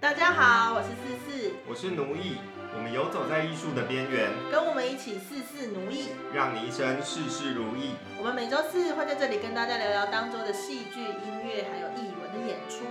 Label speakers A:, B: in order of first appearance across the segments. A: 大家好，我是四四，
B: 我是奴役，我们游走在艺术的边缘，
A: 跟我们一起四四奴役。
B: 让你一生事事如意。
A: 我们每周四会在这里跟大家聊聊当周的戏剧、音乐还有艺文的演出。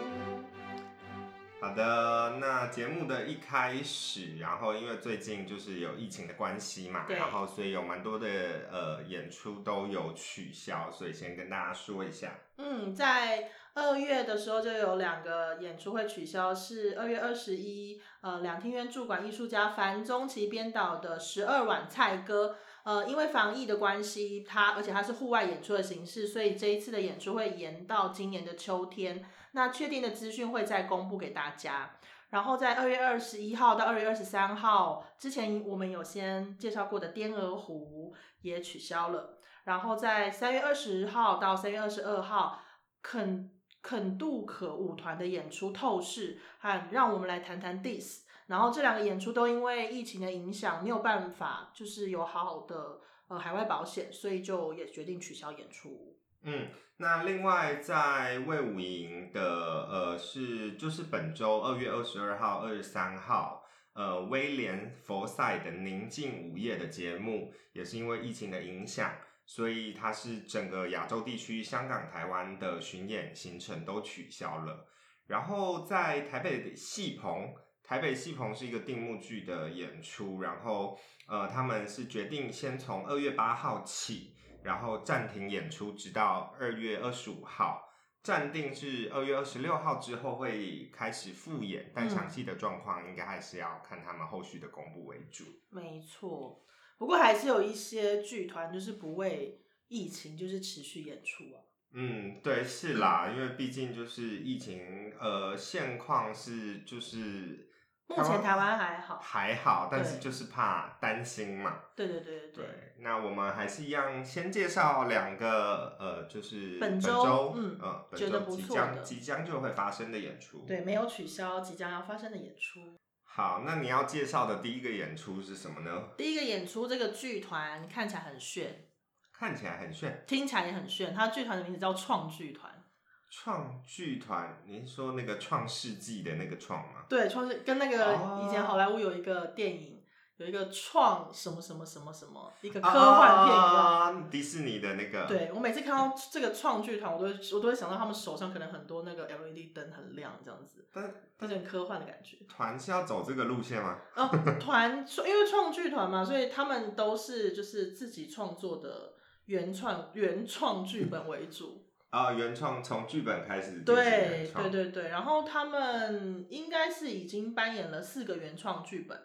B: 好的，那节目的一开始，然后因为最近就是有疫情的关系嘛，
A: 对
B: 然后所以有蛮多的呃演出都有取消，所以先跟大家说一下。
A: 嗯，在二月的时候就有两个演出会取消，是二月二十一，呃，两厅院驻馆艺术家樊宗奇编导的《十二碗菜歌》。呃，因为防疫的关系，它而且它是户外演出的形式，所以这一次的演出会延到今年的秋天。那确定的资讯会再公布给大家。然后在二月二十一号到二月二十三号之前，我们有先介绍过的滇鹅湖也取消了。然后在三月二十号到三月二十二号，肯肯杜可舞团的演出《透视》和《让我们来谈谈 This》，然后这两个演出都因为疫情的影响没有办法，就是有好好的呃海外保险，所以就也决定取消演出。
B: 嗯，那另外在魏武营的呃是就是本周二月二十二号、二十三号，呃威廉佛赛的宁静午夜的节目，也是因为疫情的影响，所以它是整个亚洲地区、香港、台湾的巡演行程都取消了。然后在台北的戏棚，台北戏棚是一个定目剧的演出，然后呃他们是决定先从二月八号起。然后暂停演出，直到二月二十五号。暂定是二月二十六号之后会开始复演，但
A: 嗯
B: 详细的状况应该还是要看他们后续的公布为主。
A: 没错，不过还是有一些剧团就是不为疫情就是持续演出啊。
B: 嗯，对，是啦，因为毕竟就是疫情，呃，现况是就是
A: 目前台湾还好，
B: 还好，但是
A: 对
B: 就是怕担心嘛。
A: 对对对对
B: 对，那我们还是一样，先介绍两个呃，就是
A: 本周
B: 周
A: 嗯
B: 呃，本
A: 觉得
B: 周
A: 不
B: 即
A: 错的
B: 将即将就会发生的演出。
A: 对，没有取消即将要发生的演出。
B: 好，那你要介绍的第一个演出是什么呢？
A: 第一个演出这个剧团看起来很炫，
B: 看起来很炫，
A: 听起来也很炫。它剧团的名字叫创剧团，
B: 创剧团，您说那个创世纪的那个创吗？
A: 对，创是跟那个
B: 哦
A: 以前好莱坞有一个电影，有一个创什么什么什么什么一个科幻片一样。
B: 啊，迪士尼的那个，，
A: 对我每次看到这个创剧团，我都会我都会想到他们手上可能很多那个 LED 灯很亮这样子，
B: 但
A: 有点科幻的感觉。
B: 团是要走这个路线吗？
A: 哦，团因为创剧团嘛，所以他们都是就是自己创作的原创原创剧本为主。
B: 啊、原创从剧本开始，
A: 对对，对对，然后他们应该是已经扮演了四个原创剧本，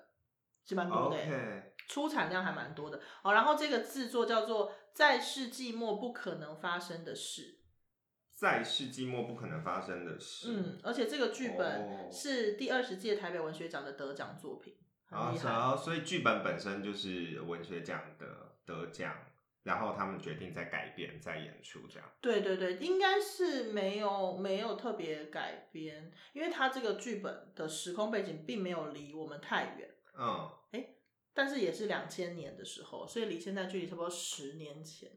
A: 是蛮多的耶
B: OK，
A: 出产量还蛮多的。哦，然后这个制作叫做《在世纪末不可能发生的事
B: 在世纪末不可能发生的》。事，
A: 嗯，而且这个剧
B: 哦
A: 本是第二十届台北文学奖的得奖作品，
B: 啊
A: 很厉
B: 然
A: 害。
B: 后所以剧本本身就是文学奖的得奖，然后他们决定再改编再演出这样。
A: 对对对，应该是没有没有特别改编，因为它这个剧本的时空背景并没有离我们太远。
B: 嗯，
A: 但是也是两千年的时候，所以离现在距离差不多十年前，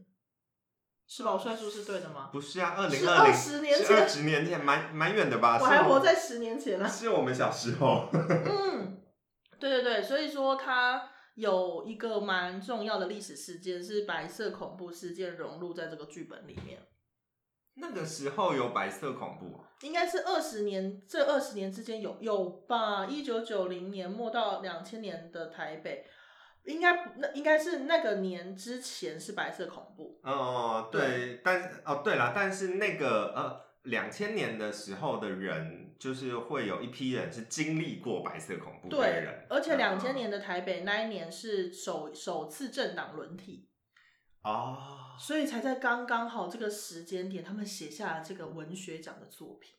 A: 是吧？我算数是对的吗？
B: 不是啊，二
A: 是
B: 零二零
A: 20年前
B: 二十年前，蛮蛮远的吧？
A: 我还
B: 是
A: 活在十年前呢、
B: 是我们小时候。
A: 嗯，对对对，所以说它有一个蛮重要的历史事件是白色恐怖事件融入在这个剧本里面，
B: 那个时候有白色恐怖，
A: 应该是二十年这二十年之间有有吧？一九九零年末到两千年的台北，应该不那应该是那个年之前是白色恐怖，
B: 哦、对，但是哦，对了，但是那个呃，两千年的时候的人，就是会有一批人是经历过白色恐怖的人
A: 对，，而且
B: 嗯
A: 两千年的台北那一年是首首次政党轮替，
B: 哦，
A: 所以才在刚刚好这个时间点，他们写下了这个文学奖的作品，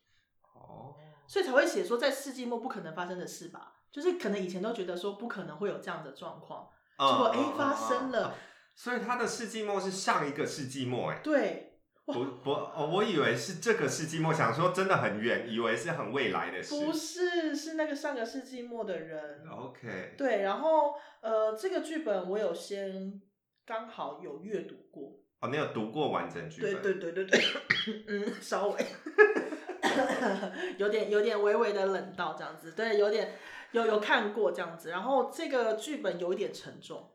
B: 哦，
A: 所以才会写说在世纪末不可能发生的事吧。就是可能以前都觉得说不可能会有这样的状况，结果
B: 嗯
A: A 发生。
B: 嗯嗯嗯
A: 了，
B: 所以他的世纪末是上一个世纪末，哎，
A: 对，
B: 不不，哦，我以为是这个世纪末，想说真的很远，以为是很未来的事。
A: 不是是那个上个世纪末的人，
B: OK，
A: 对，然后呃，这个剧本我有先刚好有阅读过，
B: 哦，你有读过完整剧本？
A: 对对对对对，嗯，稍微。有点有点微微的冷到这样子，对，有点有有看过这样子，然后这个剧本有一点沉重，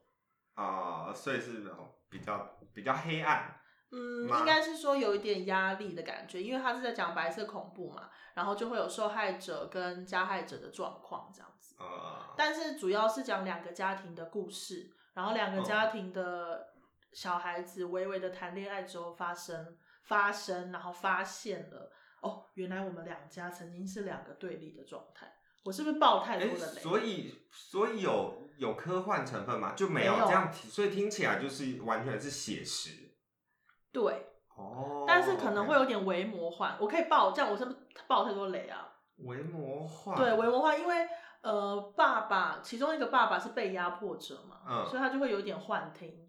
B: 啊、所以是比较比较黑暗，
A: 嗯，
B: 吗
A: 应该是说有一点压力的感觉，因为他是在讲白色恐怖嘛，然后就会有受害者跟加害者的状况这样子，
B: 呃，
A: 但是主要是讲两个家庭的故事，然后
B: 嗯
A: 两个家庭的小孩子微微的谈恋爱之后发生发生，然后发现了哦，原来我们两家曾经是两个对立的状态，我是不是爆太
B: 哎、
A: 多的雷？
B: 所以所以有有科幻成分吗？就没
A: 没有
B: 这样提，所以听起来就是完全是写实
A: 对，
B: 哦，
A: 但是可能会有点微魔幻，我可以爆，这样我是不是爆太多雷啊？
B: 为魔幻，
A: 对，微魔幻，因为呃，爸爸其中一个爸爸是被压迫者嘛，
B: 嗯
A: 所以他就会有点幻听，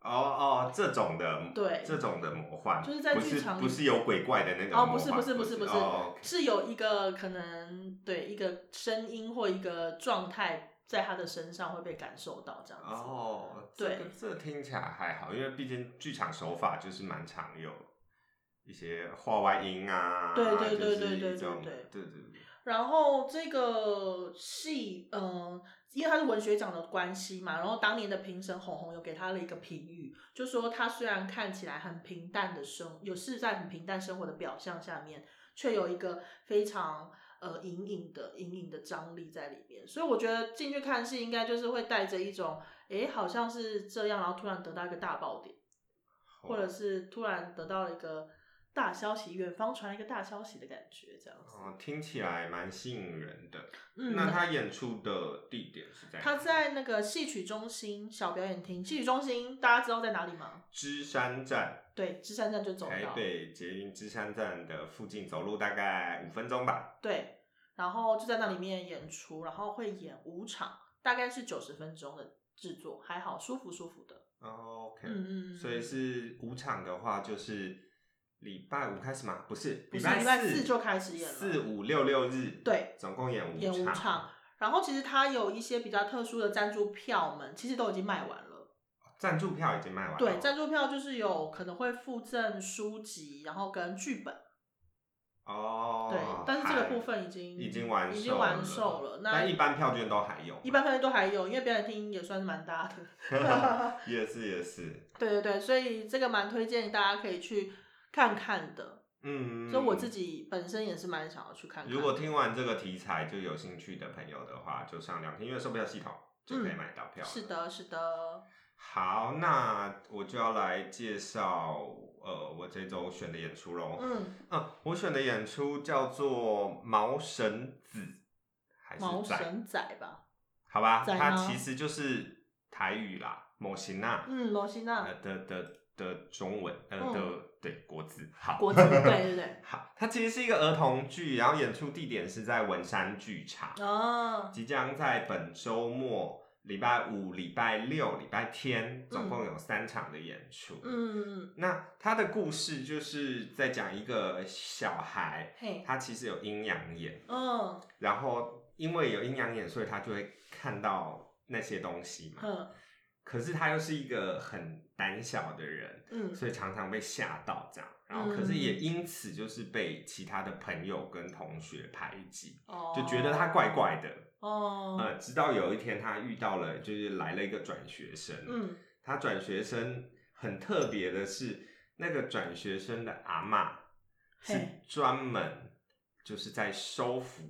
B: 哦哦，这种的，
A: 对
B: 这种的魔幻，
A: 就是在
B: 不
A: 剧场里
B: 不是有鬼怪的那种
A: 哦，
B: 魔
A: 不是
B: 幻
A: 不是不是不是，
B: 哦
A: 是有一个可能对一个声音或一个状态在他的身上会被感受到这样子。
B: 哦，这
A: 对
B: 个这听起来还好，因为毕竟剧场手法就是蛮常有一些话外音啊，
A: 对对
B: 就
A: 对
B: 是
A: 对对
B: 一种
A: 对
B: 对对对，
A: 然后这个戏，嗯、因为他是文学奖的关系嘛，然后当年的评审红红有给他了一个评语，就说他虽然看起来很平淡的生，有是在很平淡生活的表象下面，却有一个非常呃隐隐的隐隐的张力在里面。所以我觉得进去看戏，应该就是会带着一种，诶，好像是这样，然后突然得到一个大爆点，或
B: 哦
A: 者是突然得到了一个大消息，远方传来一个大消息的感觉，这样子。
B: 哦，听起来蛮吸引人的。
A: 嗯，
B: 那他演出的地点是在哪里？
A: 他在那个戏曲中心小表演厅，戏曲中心大家知道在哪里吗？
B: 芝山站，
A: 对，芝山站就走
B: 台
A: 到，
B: 北捷运芝山站的附近，走路大概五分钟吧。
A: 对，然后就在那里面演出，然后会演五场，大概是九十分钟的制作，还好，舒服舒服的。
B: 哦 OK，、
A: 嗯嗯嗯，
B: 所以是五场的话，就是礼拜五开始吗？不是，
A: 不是
B: 拜
A: 礼拜四就开始演了
B: 四五六六日，
A: 对，
B: 总共演五
A: 演五场
B: 场，
A: 然后其实它有一些比较特殊的赞助票们，其实都已经卖完了。
B: 赞助票已经卖完了。
A: 对，赞助票就是有可能会附赠书籍，然后跟剧本。
B: 哦，
A: 对，但是这个部
B: 还
A: 分已经
B: 已经完
A: 已经完售了。那
B: 但一般票券都还有，
A: 一般票都还有，因为表演厅也算是蛮大的。
B: 也是也是，
A: 对对对，所以这个蛮推荐大家可以去看看的。
B: 嗯，
A: 所以我自。己本身也是蛮想要去看看。
B: 如果听完这个题材就有兴趣的朋友的话，就上两天因为售票系统就可以买到票、
A: 嗯是。的，是
B: 哦
A: 的，
B: 好，那我就要来介绍呃我这周选的演出喽。
A: 嗯，
B: 嗯，我选的演出叫做《毛神子》，还是
A: 毛
B: 仔？
A: 神仔吧，
B: 好吧，
A: 仔
B: 它
A: 吗
B: 其实就是台语啦，某型啊，
A: 嗯，罗西娜
B: 呃的的的中文，呃
A: 嗯
B: 的对国字，好，
A: 国字，对对对，
B: 好，它其实是一个儿童剧，然后演出地点是在文山剧场，
A: 哦，
B: 即将在本周末。礼拜五、礼拜六、礼拜天，总共有三场的演出。，
A: 嗯，
B: 那他的故事就是在讲一个小孩，
A: 嘿，
B: 他其实有阴阳眼，
A: 嗯
B: 然后因为有阴阳眼，所以他就会看到那些东西嘛。
A: 嗯
B: 可是他又是一个很胆小的人，
A: 嗯，
B: 所以常常被吓到这样。然后可是也因此就是被其他的朋友跟同学排挤，
A: 哦，
B: 就觉得他怪，怪的。
A: 哦，
B: 呃，直到有一天他遇到了，就是来了一个转学生。，
A: 嗯，
B: 他转学生很特别的是，那个转学生的阿嬷是
A: 嘿
B: 专门就是在收服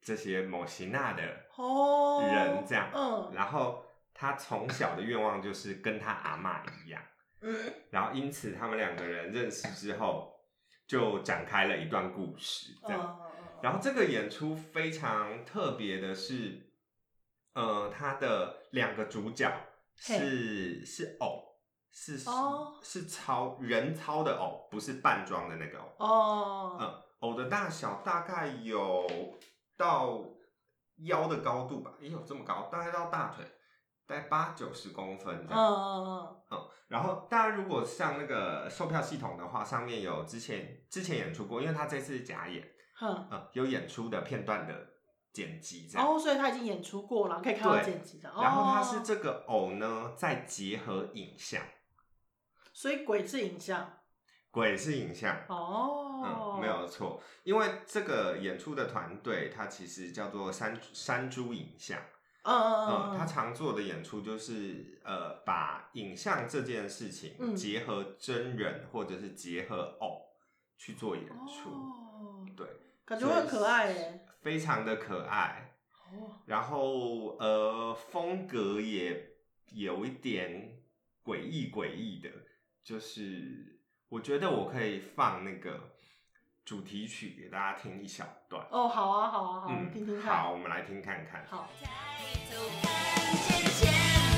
B: 这些某西娜的
A: 哦，
B: 人这样，
A: 嗯
B: 然后他从小的愿望就是跟他阿嬷一样，
A: 嗯，
B: 然后因此他们两个人认识之后，就展开了一段故事这样。
A: 嗯，
B: 然后这个演出非常特别的是，呃，它的两个主角是是偶，是是
A: 哦
B: 是超人超的偶，不是扮装的那个偶。
A: 哦，
B: 嗯，偶的大小大概有到腰的高度吧，也有这么高，大概到大腿，大概八九十公分
A: 嗯
B: 这样。
A: 嗯
B: 然后大家如果上那个售票系统的话，上面有之前之前演出过，因为他这次是假演。
A: 嗯，
B: 呃有演出的片段的剪辑这样。
A: 哦，所以他已经演出过了，可以看到
B: 对
A: 剪辑的。
B: 然后它
A: 哦
B: 是这个偶呢，再结合影像，
A: 所以鬼是影像，
B: 鬼是影像。
A: 哦
B: 嗯，，没有错，因为这个演出的团队，它其实叫做山山猪影像。
A: 嗯，嗯嗯
B: 嗯，
A: 嗯，
B: 他常做的演出就是呃，把影像这件事情
A: 嗯
B: 结合真人或者是结合偶去做演出，
A: 哦，
B: 对，
A: 感觉会很可爱耶。
B: 非常的可爱。
A: 哦，
B: 然后呃，风格也有一点诡异诡异的，就是我觉得我可以放那个主题曲给大家听一小段。
A: 哦，好啊，好啊，好，
B: 嗯，
A: 听听看。
B: 好，我们来听看看。
A: 好，
C: 抬头看见前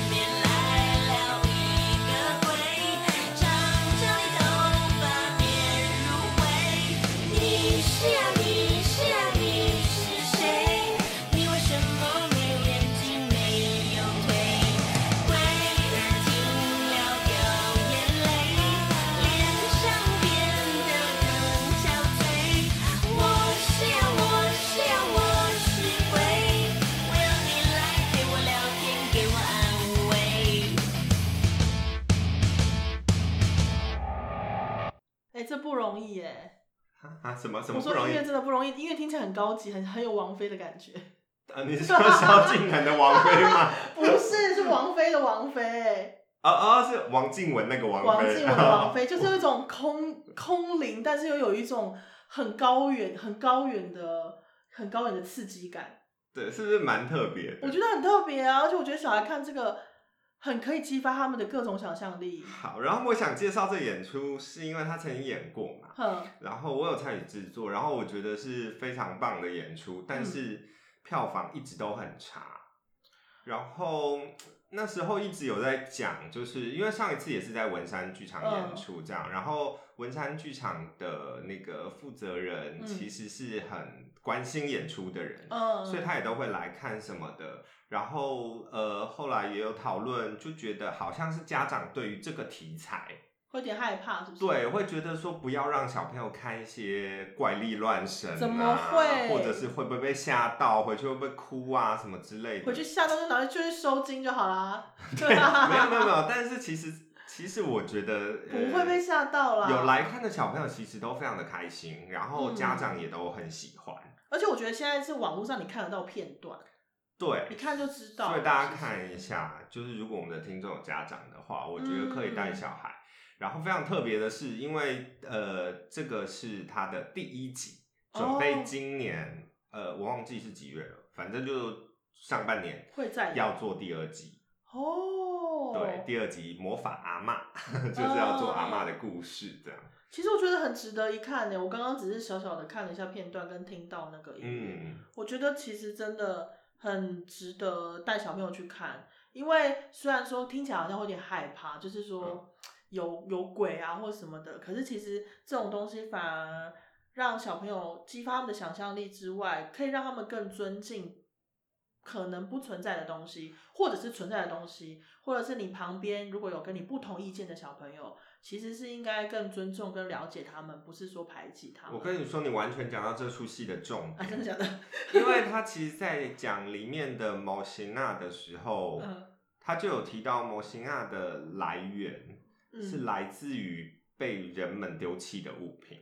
C: 面来了一个鬼，长长的头发面如灰。你是呀你是呀你是谁？你为什么没有眼睛没有腿？鬼儿听了掉眼泪，脸上变得更憔悴。我是呀我是呀我是鬼。我要你来陪我聊天，给我安慰。
A: 哎，这不容易耶。
B: 啊，什么什
A: 我
B: 么不
A: 说
B: 容
A: 音
B: 易
A: 乐？真的不容易，音乐听起来很高级，很很有王菲的感 觉。
B: 呃，你是说萧敬腾的王菲吗？
A: 不是，是王菲的王菲，
B: 哦哦，是王静雯那个王
A: 王
B: 菲。
A: 静雯的王 菲，就是有一种空空灵，但是又有一种很高远、很高远的、很高远的刺激感。
B: 对，是不是蛮特别
A: 我
B: 的？
A: 觉得很特别啊，而且我觉得小孩看这个很可以激发他们的各种想象力。
B: 好，然后我想介绍这演出，是因为他曾经演过嘛，
A: 哼，
B: 然后我有参与制作，然后我觉得是非常棒的演出，
A: 嗯
B: 但是票房一直都很差。然后那时候一直有在讲，就是因为上一次也是在文山剧场
A: 嗯
B: 演出这样，然后文山剧场的那个负责人
A: 嗯
B: 其实是很关心演出的人，
A: 嗯，
B: 所以他也都会来看什么的。然后呃，后来也有讨论，就觉得好像是家长对于这个题材，
A: 会有点害怕，是不是？
B: 对，会觉得说不要让小朋友看一些怪力乱神、啊，
A: 怎么会
B: 或者是会不会被吓到，回去会不会哭啊什么之类的。
A: 回去吓到就拿就去收金就好啦。
B: 对，啊没有没有没有，但是其实其实我觉得、呃
A: 不会被吓到啦。
B: 有来看的小朋友其实都非常的开心，然后
A: 嗯
B: 家长也都很喜欢。
A: 而且我觉得现在是网络上你看得到片段，
B: 对，
A: 你看就知道了。
B: 所以大家
A: 其实
B: 看一下，就是如果我们的听众有家长的话，我觉得可以
A: 嗯
B: 带小孩。然后非常特别的是，因为呃，这个是他的第一集，准备
A: 哦
B: 今年、呃，我忘记是几月了，反正就上半年
A: 会再演
B: 要做第二集。
A: 哦，
B: 对，第二集魔法阿嬷 就是要做阿嬷的故事，这样。
A: 其实我觉得很值得一看呢。我刚刚只是小小的看了一下片段，跟听到那个音乐，
B: 嗯，
A: 我觉得其实真的很值得带小朋友去看，因为虽然说听起来好像会有点害怕，就是
B: 嗯
A: 说有有鬼啊或什么的，可是其实这种东西反而让小朋友激发他们的想象力之外，可以让他们更尊敬。可能不存在的东西，或者是存在的东西，或者是你旁边如果有跟你不同意见的小朋友，其实是应该更尊重跟了解他们，不是说排挤他们。
B: 我跟你说，你完全讲到这出戏的重
A: 啊，
B: 点，
A: 真的假的？
B: 因为他其实，在讲里面的毛型娜的时候，
A: 嗯
B: 他就有提到摩西亚的来源、
A: 嗯
B: 是来自于被人们丢弃的物品，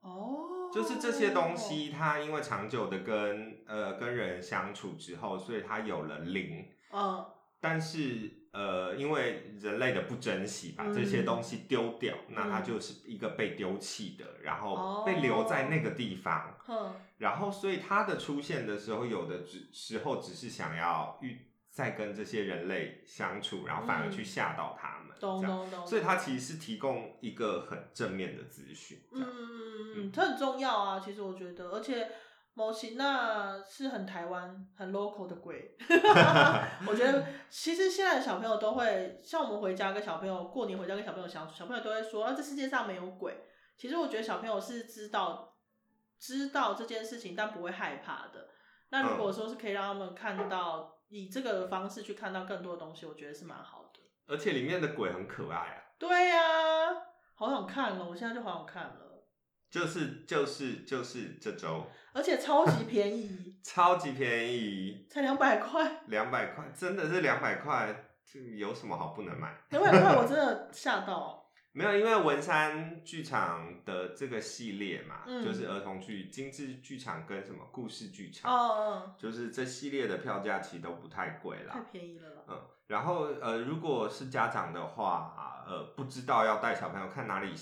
A: 哦，
B: 就是这些东西，它因为长久的跟呃跟人相处之后，所以它有了灵，
A: 嗯，
B: 但是呃因为人类的不珍惜，把
A: 嗯
B: 这些东西丢掉，那它
A: 嗯
B: 就是一个被丢弃的，然
A: 哦
B: 后被留在那个地方，
A: 哼，
B: 然后所以它的出现的时候，有的只时候只是想要遇。再跟这些人类相处，然后反而去吓到他们，这
A: 嗯懂
B: 样
A: 懂懂。
B: 所以它
A: 实，
B: 其实是提供一个很正面的资讯。这
A: 嗯
B: 样
A: 嗯嗯，这很重要啊。其实我觉得，而且某型那是很台湾、很 local 的鬼。 我觉 得其实现在的小朋友都会，像我们回家跟小朋友过年回家跟小朋友相处，小朋友都会说，啊，这世界上没有鬼。其实我觉得小朋友是知道知道这件事情，但不会害怕的。那如
B: 嗯
A: 果说是可以让他们看到，以这个方式去看到更多的东西，我觉得是蛮好的。
B: 而且里面的鬼很可爱啊，
A: 对呀、好想看哦了，我现在就好想看了，
B: 就是就是就是这周，
A: 而且超级便宜
B: 超级便宜，
A: 才两百块，
B: 两百块，真的是两百块，这有什么好不能买？
A: 两百块我真的吓到。
B: 没有，因为文山剧场的这个系列嘛，
A: 嗯
B: 就是儿童剧、精致剧场跟什么故事剧
A: 哦
B: 场，
A: 哦，
B: 就是这系列的票价其实都不太贵
A: 太
B: 啦。
A: 便宜了啦。
B: 嗯，然后呃，如果是家长的话，呃，不知道要带小朋友看哪里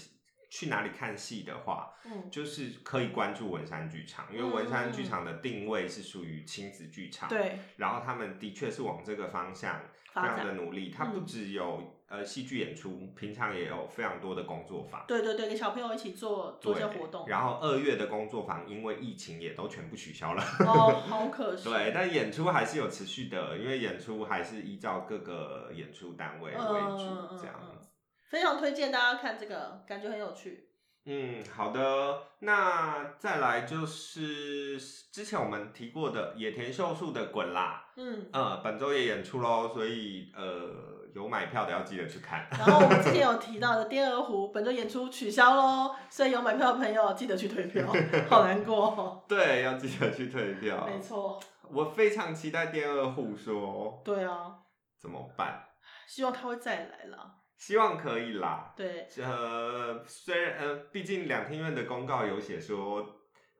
B: 去哪里看戏的话，
A: 嗯，
B: 就是可以关注文山剧场，因为文山剧场的定位是属于亲子剧场，，
A: 对，
B: 然后他们的确是往这个方向非
A: 发
B: 常的
A: 展。
B: 努力，它不
A: 嗯
B: 只有、呃戏剧演出，平常也有非常多的工作坊。
A: 对对对，给小朋友一起做做一些
B: 对
A: 活动。
B: 然后二月的工作坊因为疫情也都全部 取消了。
A: 哦，好 可惜。
B: 对，但演出还是有持续的，因为演出还是依照各个演出单位为
A: 嗯
B: 主这样
A: 嗯
B: 子。
A: 非常推荐大家看这个，感觉很有趣。
B: 嗯，好的。那再来就是之前我们提过的野田秀树的《滚啦》，
A: 嗯，
B: 呃，本周也演出喽，所以呃有买票的要记得去看。
A: 然后我们之前有提到的《滇鹅湖》本周演出取消喽，所以有买票的朋友记得去退票，好难过、 哦。
B: 对，要记得去退票。
A: 没错，
B: 我非常期待第二户说
A: 对啊，
B: 怎么办，
A: 希望他会再来啦。
B: 希望可以啦。
A: 对，
B: 呃，虽然呃，毕竟两厅院的公告有写说，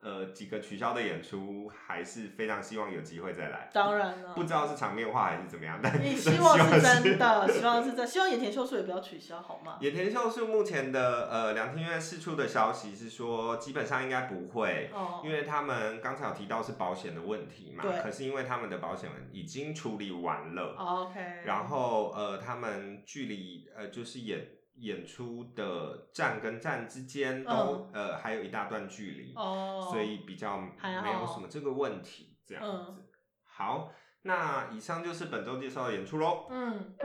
B: 呃，几个取消的演出还是非常希望有机会再来。
A: 当然了
B: 不。知道是场面化还是怎么样，但
A: 你
B: 但
A: 希望是
B: 是
A: 真。的，希望是真，希望野田秀树也不要取消，好吗？
B: 野田秀树目前的呃两厅院释出的消息是说，基本上应该不会，
A: 哦，
B: 因为他们刚才有提到是保险的问题嘛
A: 对，
B: 可是因为他们的保险已经处理完了，
A: 哦 OK。
B: 然后呃，他们距离呃就是演演出的站跟站之间都、呃还有一大段距离，
A: 嗯哦，
B: 所以比较
A: 还
B: 没有
A: 好
B: 什么这个问题这样
A: 嗯
B: 子。好，那以上就是本周介绍的演出喽。
A: 嗯，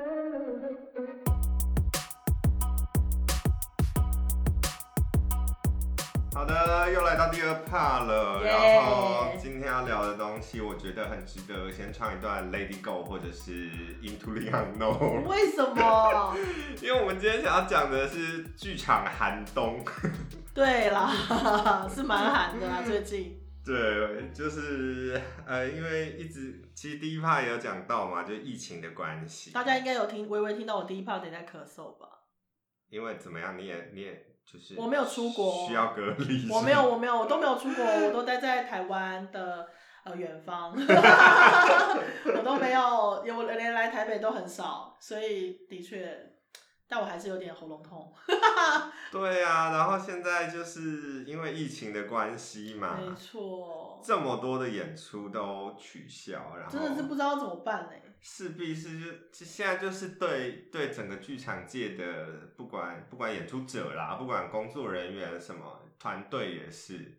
B: 好的，又来到第二 part 了。
A: 耶
B: 然后今天要聊的东西，我觉得很值得先唱一段《Lady Go》或者是《Into the Unknown》，
A: 为什么？
B: 因为我们今天想要讲的是剧场寒冬。
A: 对啦， 是蛮寒的啦，最近。
B: 对，就是呃，因为一直其实第一趴也有讲到嘛，就疫情的关系，
A: 大家应该有听微微听到我第一炮点在咳嗽吧？
B: 因为怎么样，你也你也就是
A: 我没有出国
B: 需要隔离，
A: 我没有，，我没有，我都没有出国，我都待在台湾的呃远方， 我都没有，也我连来台北都很少，所以的确，但我还是有点喉咙痛。
B: 对啊，然后现在就是因为疫情的关系嘛，
A: 没错，
B: 这么多的演出都取消，然后
A: 真的是不知道怎么办欸嘞、
B: 势必是就就现在就是对对整个剧场界的不管不管演出者啦，不管工作人员什么团队也是，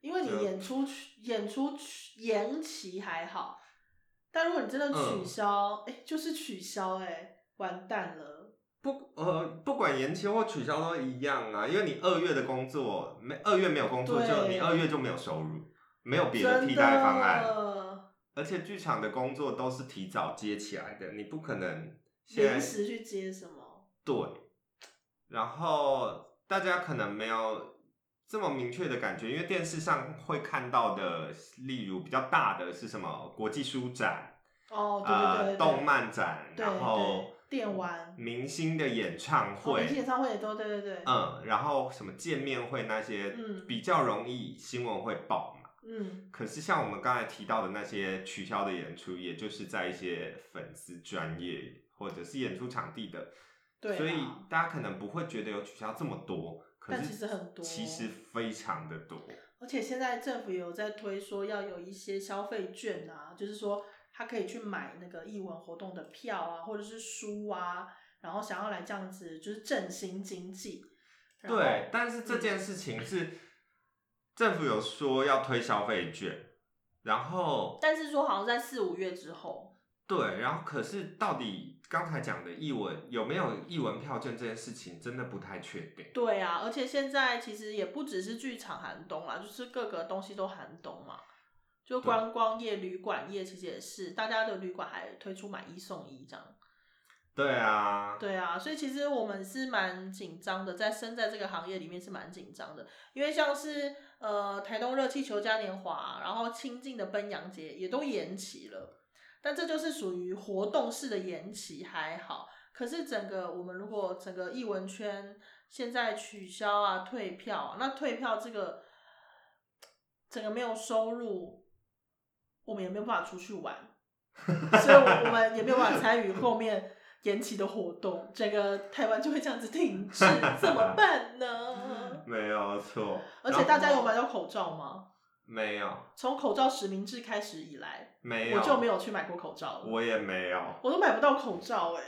A: 因为
B: 就
A: 你演出取演出取延期还好，但如果你真的取
B: 嗯
A: 消，哎、就是取消、哎，完蛋了。
B: 不呃，不管延期或取消都一样啊，因为你二月的工作没二月没有工作，
A: 对
B: 就你二月就没有收入，没有别的
A: 真
B: 替代方案。
A: 的
B: 而且剧场的工作都是提早接起来的，你不可能现
A: 临
B: 在
A: 时去接什么？
B: 对。然后大家可能没有这么明确的感觉，因为电视上会看到的，例如比较大的是什么国际书展、
A: 哦，对对对
B: 呃
A: 对对
B: 动漫展，
A: 对
B: 然后
A: 对电玩
B: 明星的演唱
A: 哦
B: 会
A: 明星，演唱会也都对对对，
B: 嗯，然后什么见面会那些，
A: 嗯
B: 比较容易新闻会爆嘛。
A: 嗯，
B: 可是像我们刚才提到的那些取消的演出，也就是在一些粉丝专业或者是演出场地的，
A: 对啊
B: 所以大家可能不会觉得有取消这么多，可
A: 但
B: 是
A: 其实很多
B: 其实非常的多。
A: 而且现在政府也有在推说要有一些消费券啊，就是说他可以去买那个艺文活动的票啊，或者是书啊，然后想要来这样子就是振兴经济。然后嗯
B: 对，，但是这件事情是政府有说要推消费券，然后
A: 但是说好像在四五月之后，
B: 对，然后可是到底刚才讲的译文有没有译文票券这件事情，真的不太确定。
A: 对啊，而且现在其实也不只是剧场寒冬啦，就是各个东西都寒冬嘛。就
B: 对
A: 观光业、旅馆业其实也是，大家的旅馆还推出买一送一这样。
B: 对啊，
A: 对啊，所以其实我们是蛮紧张的，在身在这个行业里面是蛮紧张的，因为像是呃台东热气球嘉年华，然后亲近的奔羊节也都延期了，但这就是属于活动式的延期还好，可是整个我们如果整个艺文圈现在取消啊、退票啊、那退票这个整个没有收入，我们也没有办法出去玩，所以我们也没有办法参与后面延期的活动，整个台湾就会这样子停滞，怎么办呢？
B: 没有错。
A: 而
B: 然
A: 且
B: 后
A: 大家有买到口罩吗？
B: 没有
A: 从口罩实名制开始以来，
B: 没有，
A: 我就没有去买过口罩了。
B: 我也没有，
A: 我都买不到口罩哎、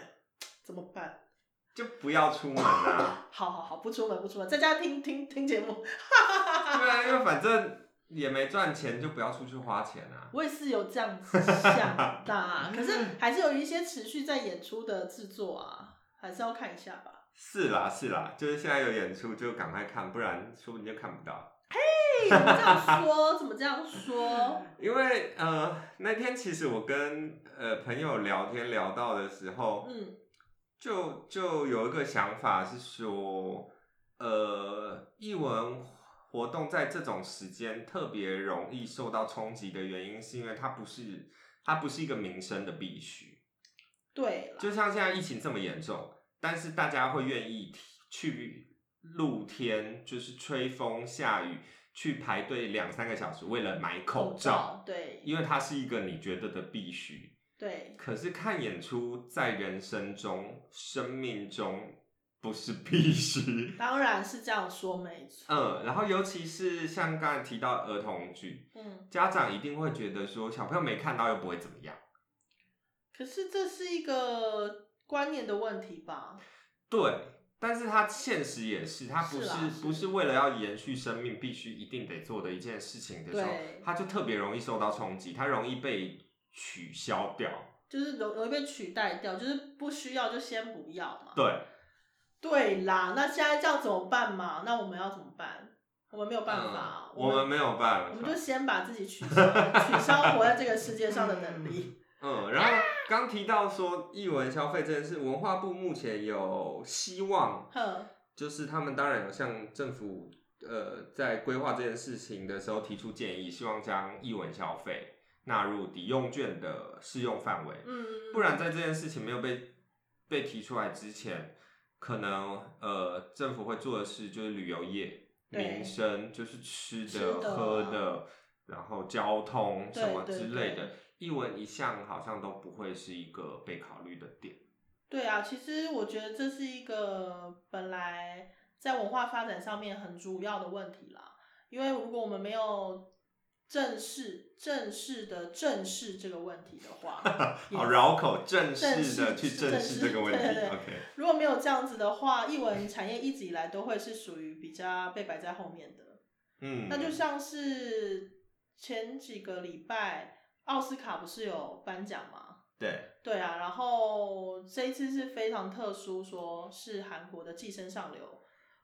A: 怎么办？
B: 就不要出门啊。
A: 好好好，不出门不出门，在家听听听节目。
B: 对啊，因为反正也没赚钱，就不要出去花钱啊。
A: 我也是有这样子想的啊，可是还是有一些持续在演出的制作啊，还是要看一下吧。
B: 是啦是啦，就是现在有演出就赶快看，不然说不定就看不到。
A: 嘿，怎么这样说？怎么这样说？
B: 因为呃那天其实我跟呃朋友聊天聊到的时候，
A: 嗯
B: 就就有一个想法是说，呃，艺文活动在这种时间特别容易受到冲击的原因，是因为它不是它不是一个民生的必须。
A: 对啦，
B: 就像现在疫情这么严重，但是大家会愿意去露天，就是吹风下雨去排队两三个小时，为了买口罩，
A: 对
B: 因为它是一个你觉得的必须。
A: 对，
B: 可是看演出在人生中、生命中不是必须。
A: 当然是这样说没错。
B: 嗯，然后尤其是像刚才提到儿童剧，
A: 嗯，
B: 家长一定会觉得说小朋友没看到又不会怎么样。
A: 可是这是一个观念的问题吧？
B: 对，但是它现实也是，它不
A: 是
B: 是
A: 啦是
B: 不是为了要延续生命必须一定得做的一件事情的时候
A: 对，
B: 它就特别容易受到冲击，它容易被取消掉。
A: 就是容容易被取代掉，就是不需要就先不要嘛。
B: 对，
A: 对啦，那现在这样怎么办嘛？那我们要怎么办？我们没有办法，
B: 嗯、我们
A: 们
B: 没有办法，
A: 我们就先把自己取消，取消活在这个世界上的能 力。
B: 嗯，然后刚提到说艺文消费这件事，文化部目前有希望，
A: 哼，
B: 就是他们当然有向政府呃在规划这件事情的时候提出建议，希望将艺文消费纳入抵用券的适用范围。
A: 嗯，
B: 不然在这件事情没有被被提出来之前，可能呃政府会做的事就是旅游业、
A: 对
B: 民生，就是吃的、
A: 吃的啊
B: 喝的，然后交通
A: 对
B: 什么
A: 对
B: 之类
A: 对
B: 的，一文一项好像都不会是一个被考虑的点。，
A: 对啊，其实我觉得这是一个本来在文化发展上面很主要的问题啦。因为如果我们没有正式正式的正视这个问题的话
B: 好
A: 也
B: 绕口，正
A: 正
B: 式
A: 式
B: 的去
A: 是
B: 正
A: 正
B: 视
A: 式
B: 这个问题。
A: 对对对
B: OK，
A: 如果没有这样子的话，艺文产业一直以来都会是属于比较被摆在后面的。
B: 嗯，
A: 那就像是前几个礼拜奥斯卡不是有颁奖吗？
B: 对，
A: 对啊，然后这一次是非常特殊，说是韩国的《寄生上流》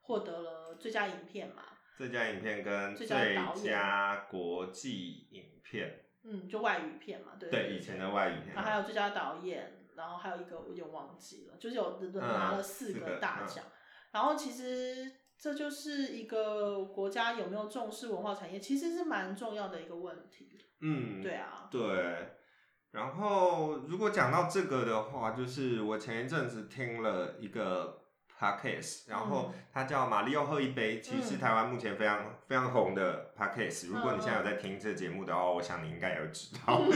A: 获得了最佳影片嘛，
B: 最佳影片跟
A: 最
B: 最
A: 佳导演
B: 佳国际影片，
A: 嗯，就外语片嘛，对不
B: 对以前的外语片
A: 然啊后还有最佳导演，然后还有一个我有点忘记了，就是有
B: 嗯
A: 拿了四
B: 四
A: 个
B: 个
A: 大
B: 嗯
A: 奖。然后其实这就是一个国家有没有重视文化产业，其实是蛮重要的一个问题。
B: 嗯，
A: 对啊，
B: 对，然后如果讲到这个的话，就是我前一阵子听了一个 podcast，然后它叫《马里奥喝一杯》，其实是
A: 嗯
B: 台湾目前非常、非常红的 podcast。如果你现在有
A: 嗯
B: 在听这节目的话，我想你应该也会知道，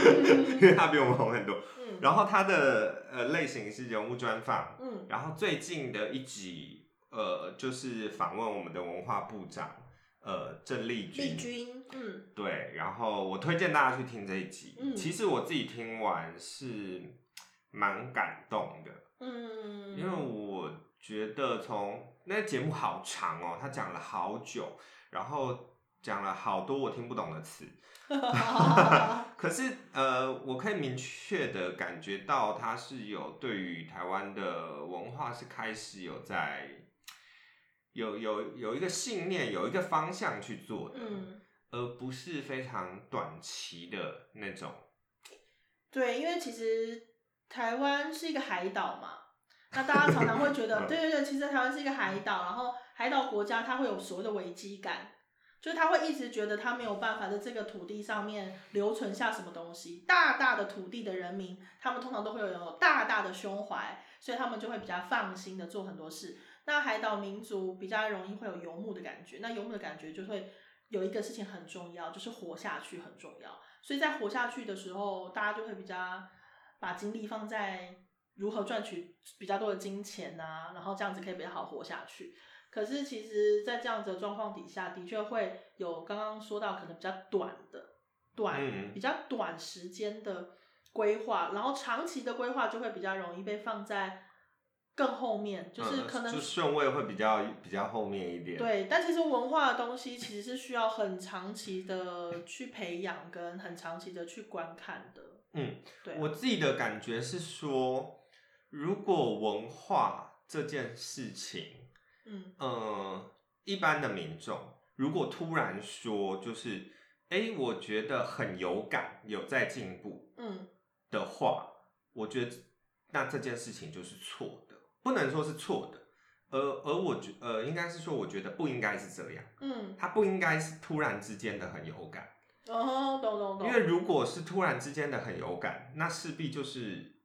B: 因为它比我们红很多。
A: 嗯，
B: 然后它的呃类型是人物专访，
A: 嗯
B: 然后最近的一集呃就是访问我们的文化部长呃郑丽君。
A: 丽君，嗯
B: 对，然后我推荐大家去听这一集。
A: 嗯
B: 其实我自己听完是蛮感动的，
A: 嗯，
B: 因为我觉得从那节目好长哦，他讲了好久，然后讲了好多我听不懂的 词。可是呃，我可以明确的感觉到他是有对于台湾的文化是开始有在有有有一个信念，有一个方向去做的。
A: 嗯。
B: 而不是非常短期的那种。
A: 对，因为其实台湾是一个海岛嘛，那大家常常会觉得，
B: 嗯
A: 对对对，其实台湾是一个海岛，然后海岛国家它会有所谓的危机感，就是他会一直觉得他没有办法在这个土地上面留存下什么东西。大大的土地的人民，他们通常都会有大大的胸怀，所以他们就会比较放心的做很多事。那海岛民族比较容易会有游牧的感觉，那游牧的感觉就会有一个事情很重要，就是活下去很重要。所以在活下去的时候，大家就会比较把精力放在如何赚取比较多的金钱呐、然后这样子可以比较好活下去。可是其实，在这样子的状况底下，的确会有刚刚说到可能比较短的、短、
B: 嗯
A: 比较短时间的规划，然后长期的规划就会比较容易被放在更后面，就是
B: 嗯
A: 可能、
B: 就顺位会比较比较后面一点。，
A: 对，但其实文化的东西其实是需要很长期的去培养，跟很长期的去观看的。
B: 嗯，
A: 对，啊
B: 我自己的感觉是说，如果文化这件事情，
A: 嗯
B: 嗯，一般的民众如果突然说，就是诶，我觉得很有感，有在进步
A: 嗯
B: 的话，我觉得那这件事情就是错的，不能说是错的。而而我觉呃，应该是说，我觉得不应该是这样，
A: 嗯，
B: 它不应该是突然之间的很有感。
A: 哦，懂懂懂，
B: 因为如果是突然之间的很有感，那势必就是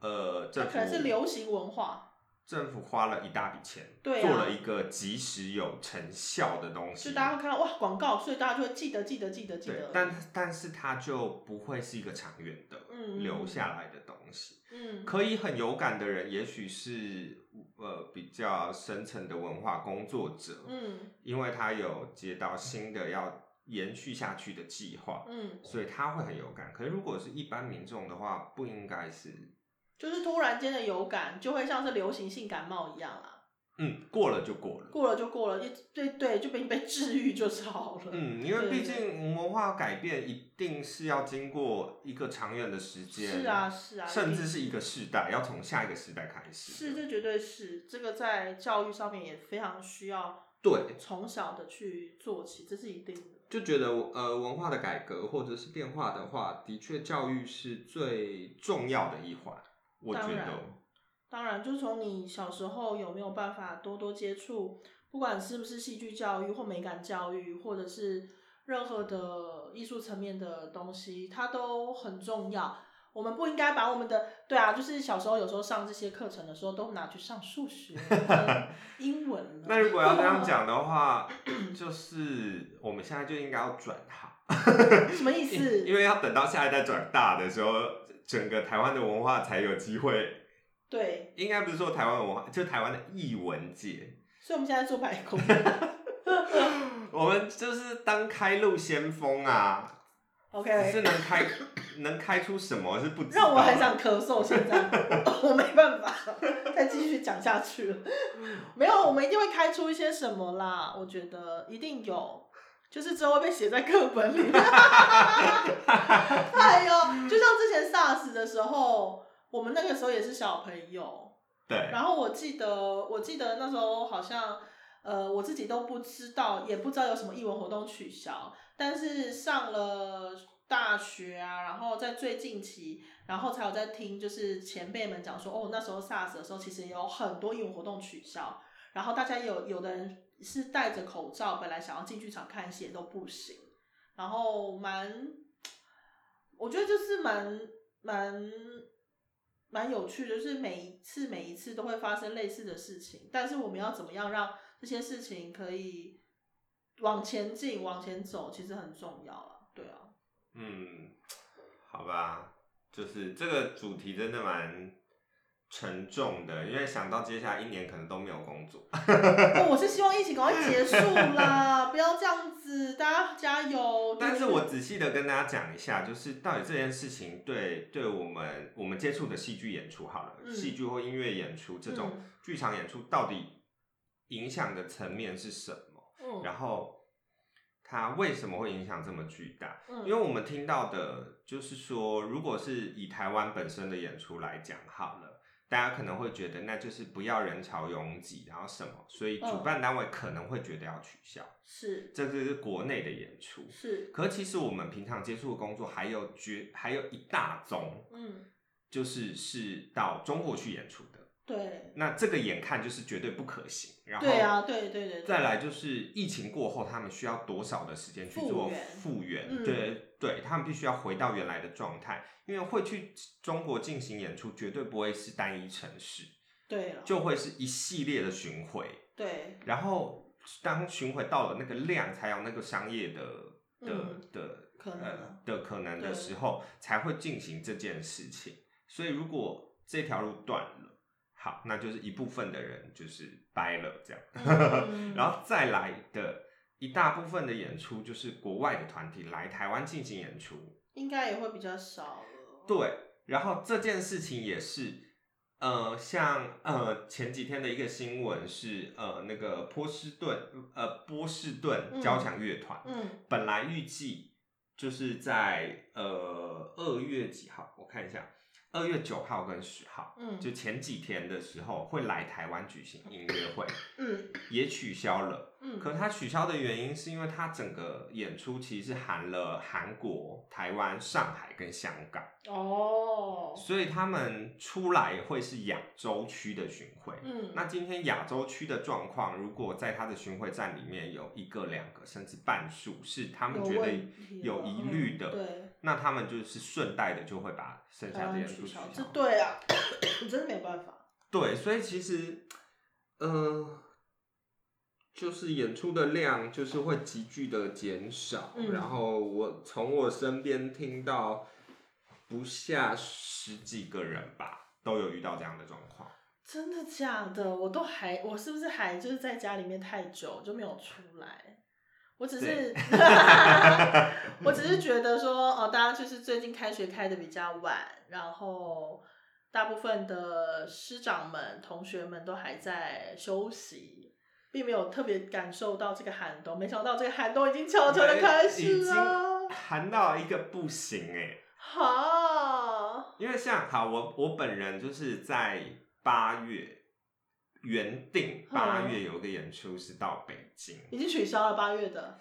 B: 呃，
A: 它
B: 政
A: 可能是
B: 府
A: 流行文化，
B: 政府花了一大笔钱，
A: 对啊
B: 做了一个及时有成效的东
A: 就
B: 西，
A: 大家会看到哇广告，所以大家就会记得记得记得记
B: 对
A: 得，。
B: 但但是它就不会是一个长远的
A: 嗯
B: 留下来的东西。
A: 嗯
B: 可以很有感的人，也许是呃比较深层的文化工作者，
A: 嗯
B: 因为他有接到新的要延续下去的计划。
A: 嗯，
B: 所以他会很有感。可是如果是一般民众的话，不应该是，
A: 就是突然间的有感，就会像是流行性感冒一样啦，
B: 嗯，过了就过了。
A: 过了就过了，一对对就被被治愈就是好了。
B: 嗯，因
A: 对
B: 为毕
A: 对
B: 竟文化改变一定是要经过一个长远的时间，
A: 是啊，是啊，
B: 甚
A: 一
B: 至
A: 定
B: 是一个世代，要从下一个世代开始。
A: 是，这绝对是这个在教育上面也非常需要
B: 对，
A: 从小的去做起，这是一定的。
B: 就觉得呃，文化的改革或者是变化的话，的确教育是最重要的一环。我觉
A: 当然
B: 得，
A: 当然，就从你小时候有没有办法多多接触，不管是不是戏剧教育或美感教育，或者是任何的艺术层面的东西，它都很重要。我们不应该把我们的对啊，就是小时候有时候上这些课程的时候，都拿去上数学、跟英文了。
B: 那如果要这样讲的 话，就是我们现在就应该要转行。
A: 什么意思？
B: 因为要等到下一代长大的时候，整个台湾的文化才有机会。
A: 对，
B: 应该不是说台湾文化，就台湾的艺文界，
A: 所以我们现在做白工。
B: 我们就是当开路先锋啊，只
A: OK，
B: 是能开能开出什么是不知道的。
A: 让我很想咳嗽，现在 我没办法再继续讲下去了。
B: 嗯
A: 没有，我们一定会开出一些什么啦，我觉得一定有，就是之后会被写在课本 里。哎呦，就像之前 SARS 的时候，我们那个时候也是小朋友，
B: 对，
A: 然后我记得，我记得那时候好像，呃，我自己都不知道，也不知道有什么艺文活动取消。但是上了大学啊，然后在最近期，然后才有在听，就是前辈们讲说，哦，那时候 SARS 的时候，其实有很多艺文活动取消，然后大家有有的人是戴着口罩，本来想要进剧场看戏也都不行，然后蛮，我觉得就是蛮蛮蛮有趣的，就是每一次每一次都会发生类似的事情，但是我们要怎么样让这些事情可以往前进、往前走，其实很重要啊。对 啊，
B: 嗯，好吧，就是这个主题真的蛮沉重的，因为想到接下来一年可能都没有工作。
A: 哦我是希望疫情赶快结束啦，不要这样子，大家加油。
B: 但是
A: 就是
B: 我仔细的跟大家讲一下，就是到底这件事情对对我们我们接触的戏剧演出好了，
A: 嗯
B: 戏剧或音乐演出这种
A: 嗯
B: 剧场演出到底影响的层面是什么？
A: 嗯
B: 然后它为什么会影响这么巨大？
A: 嗯，
B: 因为我们听到的就是说，如果是以台湾本身的演出来讲好了。大家可能会觉得那就是不要人潮拥挤，然后什么，所以主
A: 嗯
B: 办单位可能会觉得要取消，
A: 是
B: 这就是国内的演出。
A: 是
B: 可其实我们平常接触的工作还有绝还有一大宗，
A: 嗯
B: 就是是到中国去演出的，
A: 对，
B: 那这个眼看就是绝对不可行。然后
A: 对啊，对对对，对
B: 再来就是疫情过后，他们需要多少的时间去
A: 复
B: 做
A: 原
B: 复原？
A: 嗯
B: 对对，他们必须要回到原来的状态，因为会去中国进行演出，绝对不会是单一城市，
A: 对了，
B: 就会是一系列的巡回。
A: 对
B: 然后当巡回到了那个量，才有那个商业的的、
A: 嗯
B: 的
A: 可能
B: 呃
A: 啊
B: 的可能的
A: 对
B: 时候，才会进行这件事情。所以如果这条路断了，好，那就是一部分的人就是掰了这样，
A: 嗯
B: 然后再来的一大部分的演出就是国外的团体来台湾进行演出，
A: 应该也会比较少了。
B: 对，然后这件事情也是，呃，像呃前几天的一个新闻是，呃那个波士顿呃波士顿
A: 嗯
B: 交响乐团、
A: 嗯，
B: 本来预计就是在呃二月几号，我看一下，二月九号跟十号，
A: 嗯
B: 就前几天的时候会来台湾举行音乐会，
A: 嗯
B: 也取消了。
A: 嗯，
B: 可它取消的原因是因为它整个演出其实含了韩国、台湾、上海跟香港。
A: 哦，
B: 所以他们出来会是亚洲区的巡回。
A: 嗯，
B: 那今天亚洲区的状况，如果在他的巡回站里面有一个、两个，甚至半数是他们
A: 有
B: 觉得
A: 问题
B: 有
A: 了
B: 疑
A: 嗯
B: 虑的，
A: 对，
B: 那他们就是顺带的就会把剩
A: 台
B: 下的
A: 湾
B: 人数
A: 取
B: 取消
A: 消，。这对啊，真的没办法。
B: 对，所以其实，呃，就是演出的量就是会急剧的减少。
A: 嗯
B: 然后我从我身边听到不下十几个人吧，都有遇到这样的状况。
A: 真的假的？我都还，我是不是还就是在家里面太久就没有出来？我只是， 我只是觉得说，哦，大家就是最近开学开的比较晚，然后大部分的师长们、同学们都还在休息，并没有特别感受到这个寒冬。没想到这个寒冬已经悄悄哦的开始
B: 已经
A: 了，
B: 寒到一个不行哎、
A: 哈，
B: 因为像好，我我本人就是在八月原定八
A: 嗯
B: 月有一个演出是到北京，
A: 已经取消了八月的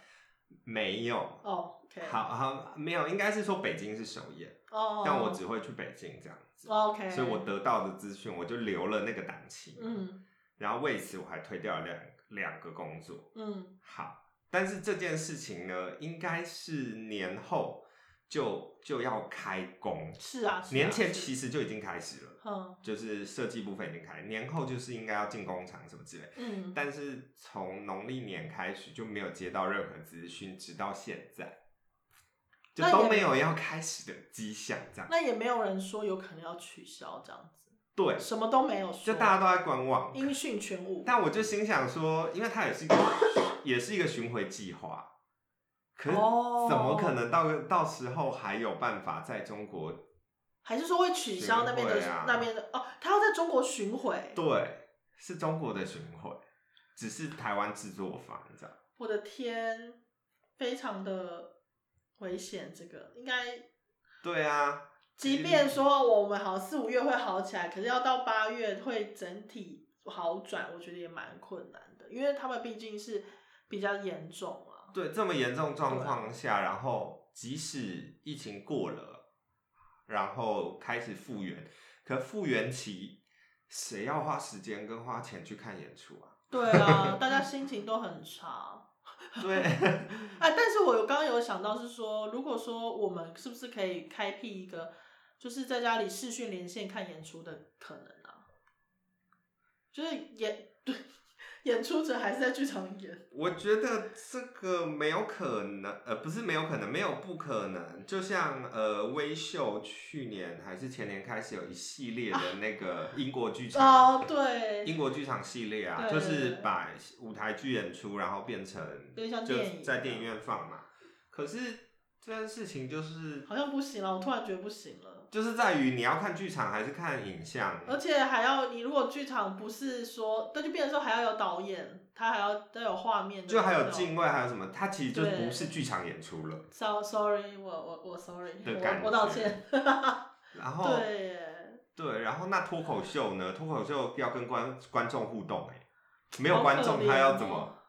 B: 没有。
A: 哦，OK，
B: 好好，没有，应该是说北京是首演，
A: 哦，
B: 但我只会去北京这样子，
A: 哦 OK，
B: 所以我得到的资讯我就留了那个档期，，
A: 嗯
B: 然后为此我还推掉了两两个工作，
A: 嗯
B: 好，但是这件事情呢，应该是年后就就要开工，
A: 是啊，是啊
B: 年
A: 是
B: 前其实就已经开始了，
A: 嗯
B: 就是设计部分已经开，年后就是应该要进工厂什么之类，
A: 嗯，
B: 但是从农历年开始就没有接到任何资讯，直到现在，就
A: 那也
B: 都没有要开始的迹象，这样
A: 那也没有人说有可能要取消这样子，
B: 对，
A: 什么都没有说，
B: 就大家都在观望。
A: 音讯全无。
B: 但我就心想说，因为它也是一个也是一个巡回计划，可是
A: 哦
B: 怎么可能到到时候还有办法在中国？
A: 还是说会取消那边的、
B: 巡回啊
A: 那边的哦，他要在中国巡回。
B: 对，是中国的巡回，只是台湾制作方这样。
A: 我的天，非常的危险。这个应该，
B: 对啊，
A: 即便说我们好四五月会好起来，可是要到八月会整体好转，我觉得也蛮困难的，因为他们毕竟是比较严重啊。
B: 对，这么严重状况下，然后即使疫情过了，然后开始复原，可复原期谁要花时间跟花钱去看演出啊？
A: 对啊，大家心情都很差。
B: 对，
A: 啊，但是我有刚刚有想到是说，如果说我们是不是可以开辟一个，就是在家里视讯连线看演出的可能啊？就是演 对演出者还是在剧场演，
B: 我觉得这个没有可能，呃，不是没有可能，没有不可能。就像呃，微秀去年还是前年开始有一系列的那个英国剧场。
A: 啊哦，对，
B: 英国剧场系列啊，
A: 对
B: 就是把舞台剧演出，然后变成
A: 有点像
B: 就
A: 电影啊
B: 在电影院放嘛。可是这件事情就是
A: 好像不行了，我突然觉得不行了。
B: 就是在于你要看剧场还是看影像，
A: 而且还要你如果剧场不是说，那就变成说还要有导演，他还要都有画面的那
B: 就
A: 种，
B: 还有敬畏，还有什么，它其实就
A: 对
B: 不是剧场演出了。
A: So sorry，我我我 sorry，
B: 的感
A: 我我道
B: 觉哦
A: 歉。
B: 然后
A: 对耶，
B: 对，然后那脱口秀呢？脱口秀要跟观观众互动、欸，没
A: 好哦
B: 有
A: 可
B: 观众他
A: 怜
B: 要
A: 哦
B: 怎么？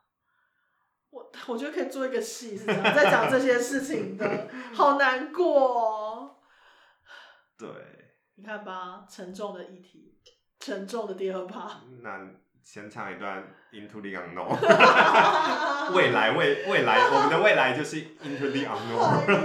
A: 我我觉得可以做一个戏，是这样在讲这些事情的，好难过、哦。
B: 对，
A: 你看吧，沉重的议题。沉重的第二趴。
B: 那先唱一段 Into the Unknown，未 来未未来，我们的未来就是 Into the
A: 哎
B: Unknown。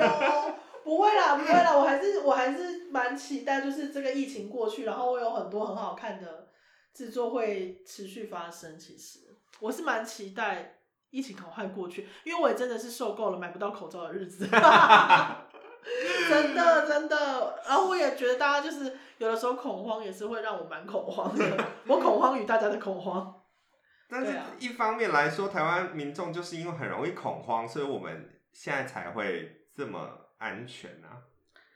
A: 呦，不会啦，不会啦，我还是我还是蛮期待，就是这个疫情过去，然后我有很多很好看的制作会持续发生。其实我是蛮期待疫情赶快过去，因为我也真的是受够了买不到口罩的日子。真的真的，然后我也觉得大家就是有的时候恐慌也是会让我蛮恐慌的，我恐慌于大家的恐慌。
B: 但
A: 对
B: 是
A: 啊
B: 一方面来说，台湾民众就是因为很容易恐慌，所以我们现在才会这么安全啊。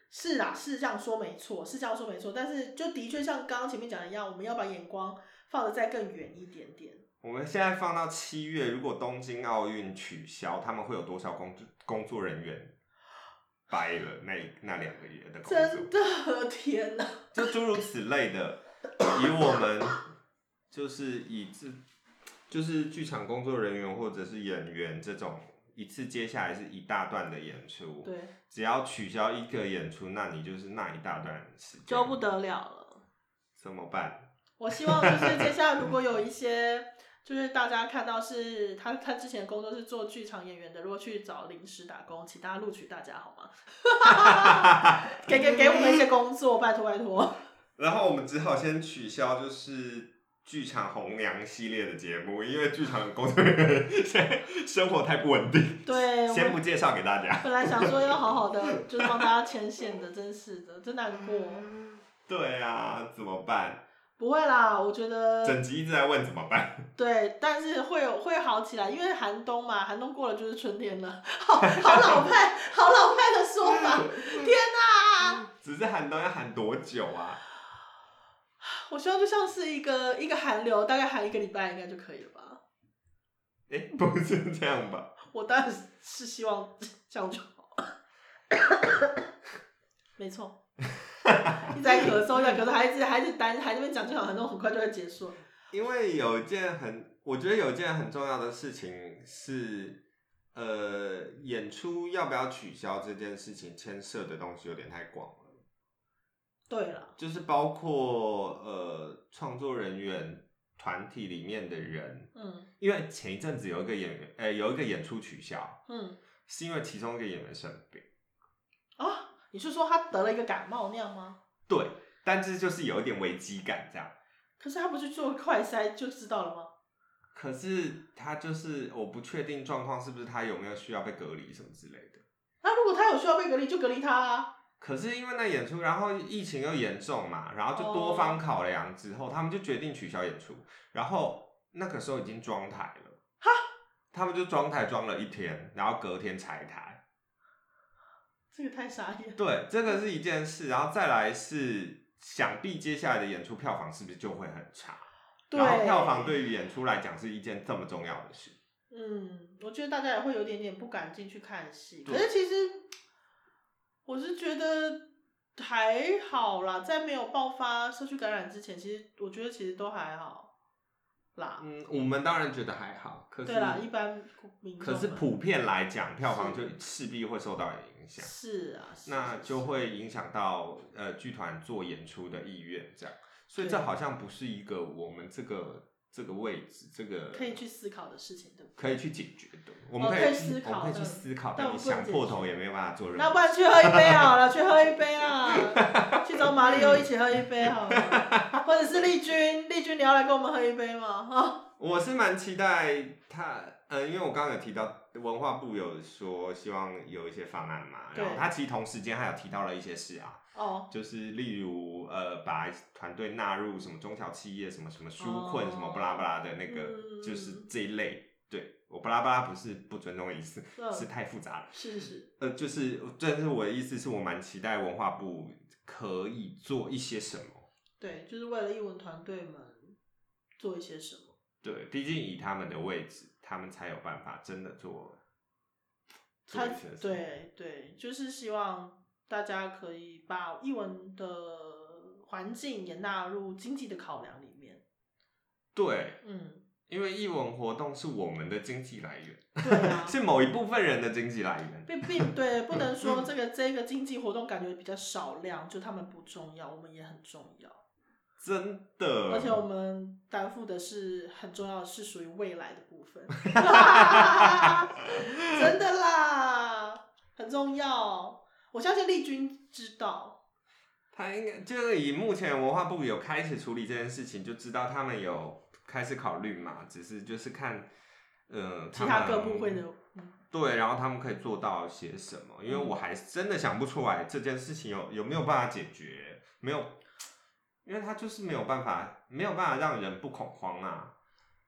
A: 是啊，是这样说没错，是这样说没错，但是就的确像刚刚前面讲的一样，我们要把眼光放得再更远一点点。
B: 我们现在放到七月，如果东京奥运取消，他们会有多少工作工作人员掰了那那两个月的工作？
A: 真的， 天哪！
B: 就诸如此类的，以我们就是以这就是剧场工作人员或者是演员这种，一次接下来是一大段的演出，
A: 对，
B: 只要取消一个演出，那你就是那一大段时间
A: 就不得了了。
B: 怎么办？
A: 我希望就是接下来如果有一些，就是大家看到是他他之前工作是做剧场演员的，如果去找临时打工，请大家录取大家好吗？ 给给给我们一些工作，拜托拜托。
B: 然后我们只好先取消就是剧场红娘系列的节目，因为剧场工作人员 现在生活太不稳定，
A: 对，我
B: 先不
A: 们
B: 介绍给大家。
A: 本来想说要好好的，就是帮大家牵线的，真是的，真难过。
B: 对啊，怎么办？
A: 不会啦，我觉得
B: 整集一直在问怎么办。
A: 对，但是会有会好起来，因为寒冬嘛，寒冬过了就是春天了。 好好老派，好老派的说法。 天哪、
B: 只是喊都要喊多久啊？
A: 我希望就像是一个一个寒流，大概寒一个礼拜应该就可以了吧。
B: 哎、不是这样吧？
A: 我当然是希望这样就好。没错。一直在咳嗽，一直在咳嗽，还一直还一直单还在那边讲，就好像寒冬很快就会结束了。
B: 因为有一件很，我觉得有一件很重要的事情是，呃，演出要不要取消这件事情牵涉的东西有点太广了，
A: 对了，
B: 就是包括呃创作人员团体里面的人，
A: 嗯
B: 因为前一阵子有一个演员，呃，有一个演出取消，
A: 嗯
B: 是因为其中一个演员生病，
A: 啊，你是说他得了一个感冒那样吗？
B: 对，但是就是有一点危机感这样。
A: 可是他不去做快筛就知道了吗？
B: 可是他就是我不确定状况是不是他有没有需要被隔离什么之类的。
A: 那如果他有需要被隔离，就隔离他啊。
B: 可是因为那演出，然后疫情又严重嘛，然后就
A: 哦
B: 多方考量之后，他们就决定取消演出。然后那个时候已经装台了，他们就装台装了一天，然后隔天拆台。
A: 这个太傻眼。
B: 对，这个是一件事，然后再来是想必接下来的演出票房是不是就会很差？
A: 对，
B: 然后票房对于演出来讲是一件这么重要的事。
A: 嗯，我觉得大家也会有点点不敢进去看戏。
B: 对
A: 可是其实我是觉得还好啦，在没有爆发社区感染之前，其实我觉得其实都还好啦。
B: 嗯，我们当然觉得还好，可是
A: 对啦，一般民众
B: 可是
A: 们
B: 普遍来讲，票房
A: 是
B: 就势必会受到影响，
A: 是啊，是
B: 那就。
A: 是
B: 会影响到呃剧团做演出的意愿，这样。所以这
A: 对
B: 好像不是一个我们这个这个位置这个
A: 可以去思考的事情，对不对？
B: 可以去解决的，我们
A: 哦
B: 可以,、
A: 可以思考
B: 我们可以去
A: 的
B: 思考，
A: 但
B: 但
A: 我们不
B: 你
A: 能
B: 想
A: 解
B: 破
A: 决
B: 头也没有办法做任
A: 那 不
B: 何。
A: 然去喝一杯好了，去喝一杯啦，去找马里奥一起喝一杯好 了，或者是丽君，丽君你要来跟我们喝一杯吗？哈，
B: 我是蛮期待他，呃，因为我刚刚有提到文化部有说希望有一些方案嘛，然后
A: 对
B: 他其实同时间还有提到了一些事啊，
A: 哦，
B: 就是例如呃，把团队纳入什么中小企业、什么什么纾困、
A: 哦
B: 什么巴拉巴拉的那个，
A: 嗯
B: 就是这一类。对我巴拉巴拉不是不尊重的意思，
A: 嗯
B: 是太复杂了。
A: 是是，
B: 呃，就是，但是我的意思是我蛮期待文化部可以做一些什么。
A: 对，就是为了艺文团队们做一些什么。
B: 对，毕竟以他们的位置，他们才有办法真的做。做
A: 他
B: 一些什么，
A: 对对，就是希望大家可以把艺文的环境也纳入经济的考量里面。
B: 对，
A: 嗯，
B: 因为艺文活动是我们的经济来源，，
A: 对啊
B: 是某一部分人的经济来源。
A: 并并对，不能
B: 嗯
A: 说这个这个经济活动感觉比较少量，就他们不重要，我们也很重要。
B: 真的。
A: 而且我们担负的是很重要的，是属于未来的部分，真的啦，很重要。我相信丽君知道，
B: 他应该就是以目前文化部有开始处理这件事情，就知道他们有开始考虑嘛，只是就是看，呃，
A: 其他各
B: 们
A: 部会的，嗯
B: 对，然后他们可以做到些什么？因为我还真的想不出来这件事情有有没有办法解决，没有，因为他就是没有办法，没有办法让人不恐慌啊。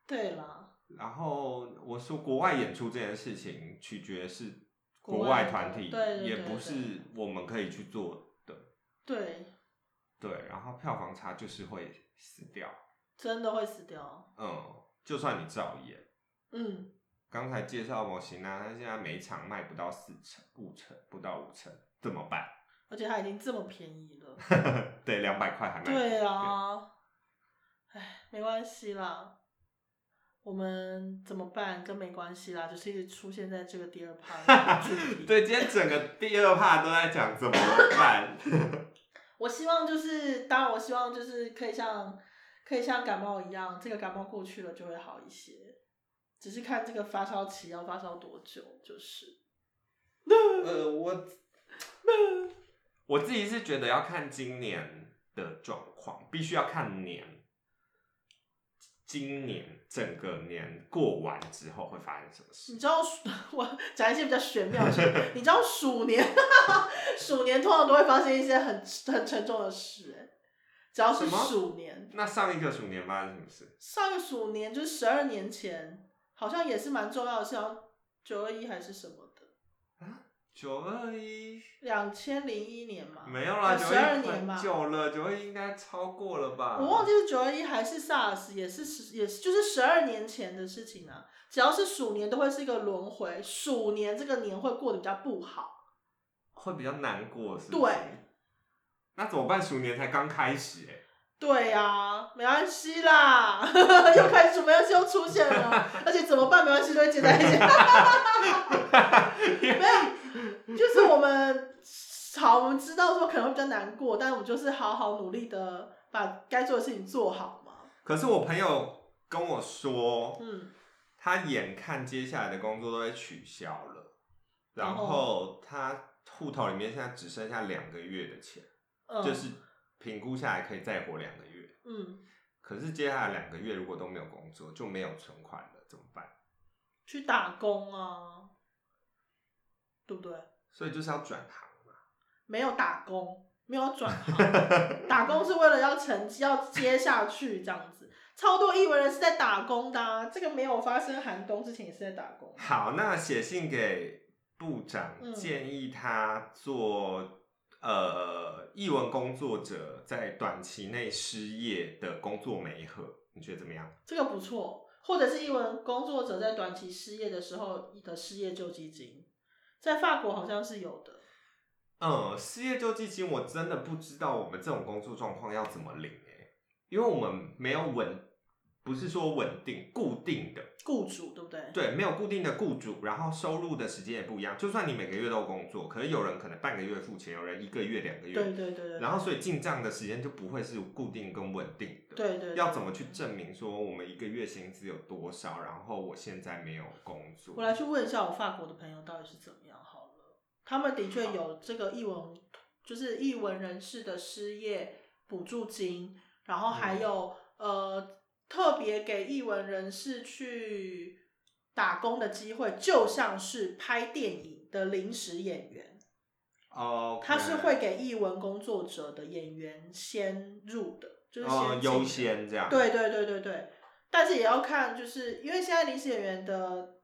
A: 对啦，
B: 然后我说国外演出这件事情，取决是
A: 国
B: 国
A: 外
B: 外
A: 的
B: 团体，
A: 对对
B: 也
A: 对
B: 不
A: 对
B: 是我们可以去做的。
A: 对，
B: 对，然后票房差就是会死掉。
A: 真的会死掉。
B: 嗯，就算你照演，
A: 嗯，
B: 刚才介绍模型啊，它现在每一场卖不到四成、五成，不到五成，怎么办？
A: 而且它已经这么便宜了，
B: 对，两百块还卖不到。
A: 对啊，哎，没关系啦。我们怎么办？跟没关系啦，就是一直出现在这个第二趴主题。
B: 对，今天整个第二 part 都在讲怎么办。
A: 我希望就是，当然我希望就是可以像可以像感冒一样，这个感冒过去了就会好一些，只是看这个发烧期要发烧多久，就是。
B: 呃，我我自己是觉得要看今年的状况，必须要看年，今年整个年过完之后会发生什么
A: 你
B: 事。
A: 知道鼠 我讲一些比较玄妙的事，你知道鼠年， 鼠年通常都会发生一些很很沉重的事、哎，只要是
B: 什么
A: 鼠年，
B: 那上一个鼠年发生什么事？
A: 上个鼠年就是十二年前，好像也是蛮重要的事，像九二一还是什么的，
B: 九二一
A: 两千零一年嘛，
B: 没有啦，九
A: 哦十二
B: 二一
A: 年嘛
B: 很，久了，九二一应该超过了吧？
A: 我忘记是九二一还是 SARS，也是十也是就是十二年前的事情啊。只要是鼠年，都会是一个轮回。鼠年这个年会过得比较不好，
B: 会比较难过，是不是？
A: 对。
B: 那怎么办？鼠年才刚开始、欸，
A: 对呀、没关系啦， 又开始没关系又出现了， 而且怎么办？没关系，都会接在一起。没有，就是我们好，我们知道说可能会比较难过，但我们就是好好努力的把该做的事情做好嘛。
B: 可是我朋友跟我说，
A: 嗯，
B: 他眼看接下来的工作都会取消了，然
A: 然后
B: 后他户头里面现在只剩下两个月的钱，
A: 嗯
B: 就是评估下来可以再活两个月。
A: 嗯，
B: 可是接下来两个月如果都没有工作，就没有存款了，怎么办？
A: 去打工啊，对不对？
B: 所以就是要转行嘛。
A: 没有打工，没有转行，打工是为了要成绩要接下去这样子。超多艺文人是在打工的、啊，这个没有发生寒冬之前也是在打工。啊
B: 好，那写信给部长，
A: 嗯
B: 建议他做呃译文工作者在短期内失业的工作媒合，你觉得怎么样？
A: 这个不错，或者是艺文工作者在短期失业的时候的失业救济金，在法国好像是有的。
B: 嗯，失业救济金我真的不知道我们这种工作状况要怎么领哎、因为我们没有稳，不是说稳定固定的，
A: 雇主对不对？
B: 对，没有固定的雇主，然后收入的时间也不一样。就算你每个月都有工作，可是有人可能半个月付钱，有人一个月、两个月，
A: 对对对对
B: 然后所以进账的时间就不会是固定跟稳定的。
A: 对对对，
B: 要怎么去证明说我们一个月薪资有多少？然后我现在没有工作，
A: 我来去问一下我法国的朋友到底是怎么样好了。他们的确有这个译文，就是译文人士的失业补助金，然后还有、
B: 嗯
A: 呃特别给译文人士去打工的机会，就像是拍电影的临时演员，
B: 哦，
A: 他是会给译文工作者的演员先入的，就是先
B: 哦
A: 进的
B: 优先这样，
A: 对对对对对，但是也要看，就是因为现在临时演员的，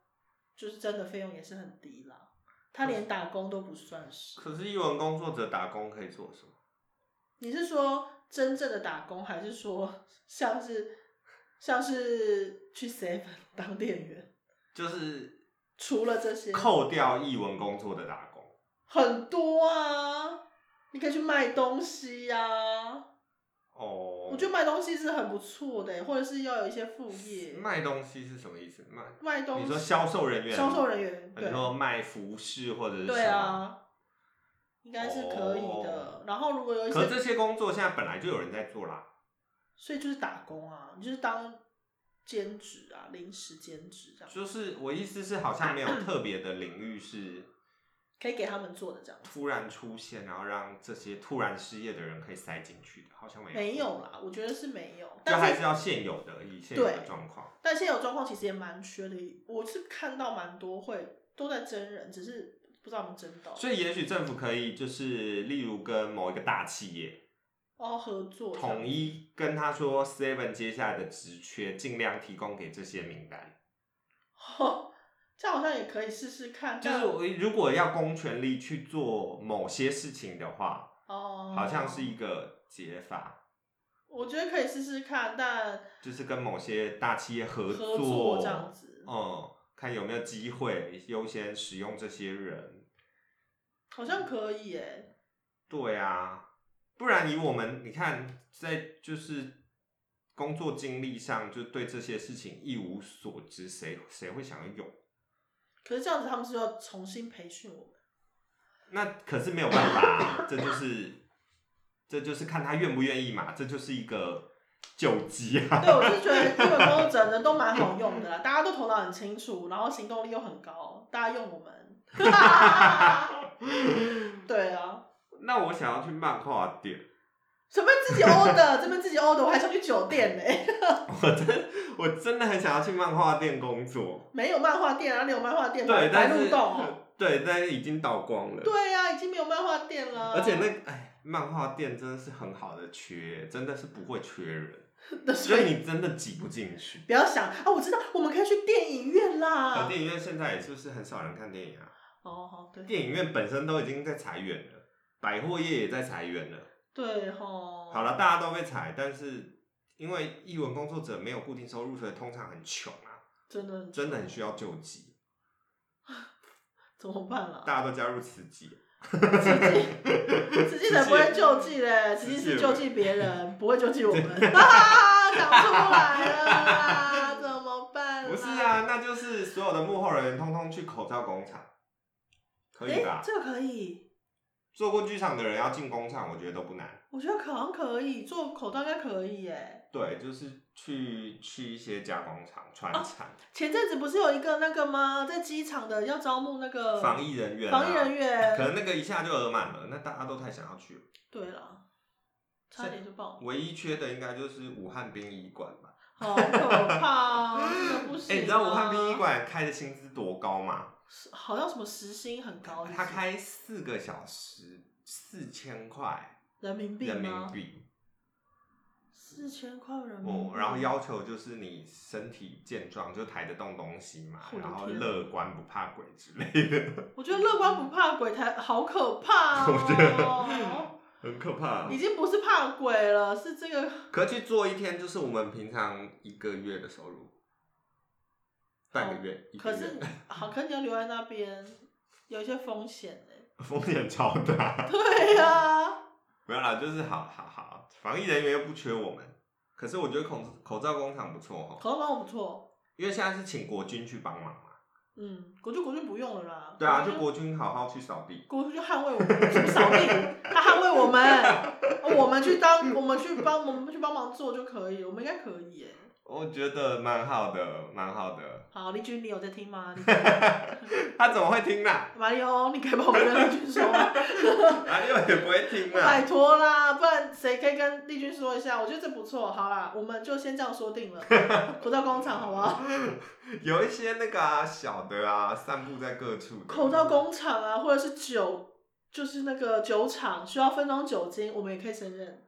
A: 就是真的费用也是很低啦，他
B: 嗯
A: 连打工都不算是。
B: 可是译文工作者打工可以做什么？
A: 你是说真正的打工，还是说像是像是去 seven 当店员？
B: 就是
A: 除了这些，
B: 扣掉译文工作的打工。
A: 很多啊，你可以去卖东西呀、
B: 哦，
A: 我觉得卖东西是很不错的，欸或者是要有一些副业，
B: 卖东西是什么意思？卖
A: 卖东西。
B: 你说销售人员，
A: 销售人员
B: 你
A: 对
B: 说卖服饰或者是
A: 对
B: 什么？
A: 啊，应该是可以的。
B: 哦
A: 然后如果有一
B: 可
A: 些
B: 这些工作现在本来就有人在做啦。
A: 所以就是打工啊，你就是当兼职啊，临时兼职这样，
B: 就是我意思是，好像没有特别的领域是
A: 可以给他们做的这样。
B: 突然出现，然后让这些突然失业的人可以塞进去的，好像没有。
A: 没有，啦，我觉得是没有，
B: 就还
A: 但
B: 是要现有的，以现有
A: 对
B: 的状况。
A: 但现在有状况其实也蛮缺的，我是看到蛮多会都在真人，只是不知道他们真到
B: 所以也许政府可以就是，例如跟某一个大企业
A: 哦合作这样
B: 统一跟他说，Seven 接下来的职缺尽量提供给这些名单。
A: 这样好像也可以试试看，
B: 就是
A: 但
B: 我如果要公权力去做某些事情的话，
A: 哦，
B: 好像是一个解法，
A: 我觉得可以试试看，但
B: 就是跟某些大企业合
A: 合作这样子，
B: 嗯，看有没有机会优先使用这些人。
A: 好像可以耶。
B: 对啊，不然以我们你看，在就是工作经历上，就对这些事情一无所知，谁谁会想要用？
A: 可是这样子他们是要重新培训我们，
B: 那可是没有办法啊、这就是这就是看他愿不愿意嘛，这就是一个救济啊。
A: 对我是觉得这个工整人都蛮好用的啦，大家都头脑很清楚，然后行动力又很高，大家用我们。 对啊，
B: 那我想要去漫画店，
A: 什么自己 order，这边自己 order，我还想去酒店呢、
B: 我真我真的很想要去漫画店工作。
A: 没有漫画店啊，哪里有漫画店？
B: 对，
A: 白
B: 但
A: 鹿
B: 是
A: 洞哦。
B: 对，但是已经倒光了。
A: 对啊，已经没有漫画店了。
B: 而 且那哎，漫画店真的是很好的缺，真的是不会缺人，
A: 那所
B: 所
A: 以
B: 以你真的挤不进去。
A: 不要想啊，我知道，我们可以去电影院
B: 呃
A: 啦。
B: 电影院现在也是不是很少人看电影啊？
A: 哦，好，对
B: 电影院本身都已经在裁员了，百货业也在裁员了。
A: 对吼。
B: 好了，大家都被裁，但是因为译文工作者没有固定收入，所以通常很穷啊，
A: 真的
B: 真的很需要救济。
A: 怎么办啊啦？
B: 大家都加入慈济，
A: 慈济人不会救济嘞，慈济是救济别人，不会救济我们。哈哈，讲出来了啦，怎么办啦？
B: 不是啊，那就是所有的幕后人员通通去口罩工厂，可以
A: 诶，
B: 吧？
A: 这个可以，
B: 做过剧场的人要进工厂，我觉得都不难。
A: 我觉得好像可以，做口罩应该可以耶。
B: 对，就是去去一些加工厂传产、
A: 前阵子不是有一个那个吗？在机场的要招募那个
B: 防疫人员、啊，
A: 哦防疫人
B: 可
A: 员。
B: 能那个一下就额满了，那大家都太想要去了。
A: 对了，差点就爆，
B: 唯一缺的应该就是武汉殡仪馆吧？
A: 好可怕哦，真的不行
B: 哎、
A: 啊。
B: 你知道武汉殡仪馆开的薪资多高吗？
A: 是好像什么时薪很高？
B: 他开四个小时四千块
A: 人民币
B: 人民
A: 吗？
B: 币，
A: 四千块人民币
B: 哦，，然后要求就是你身体健壮，就抬得动东西嘛，
A: 我的
B: 然后
A: 天
B: 乐观不怕鬼之类的，
A: 我觉得乐观不怕鬼才好可怕
B: 我觉
A: 哦，
B: 很可怕
A: 已经不是怕鬼了，是这个
B: 可去做一天就是我们平常一个月的收入，半个月，一个
A: 哦可
B: 月
A: 是好，可是你要留在那边，有一些风 险呢。
B: 风险超大。
A: 对啊呀、
B: 没有啦，就是好好好，防疫人员又不缺我们。可是我觉得口口罩工厂不错哦，
A: 口罩帮我不错，
B: 因为现在是请国军去帮忙嘛。
A: 嗯，国军国军不用了啦。
B: 对啊，
A: 国
B: 就
A: 军
B: 国军好好去扫地。
A: 国军就捍卫我们，什么扫地， 他捍卫我们，哦我们去当，我们去帮，我们去帮忙做就可以了，我们应该可以耶。
B: 我觉得蛮好的，蛮好的。
A: 好，丽君，你有在听吗？丽君
B: 他怎么会听啦？
A: 马里欧，你可以帮我们跟丽君说吗？
B: 啊，因为也不会听
A: 拜
B: 啦。
A: 托啦，不然谁可以跟丽君说一下？我觉得这不错，好啦，我们就先这样说定 了，口罩工厂好不好？
B: 有一些那个啊，小的啊，散布在各处的。
A: 口罩工厂啊，或者是酒，就是那个酒厂需要分装酒精，我们也可以承认。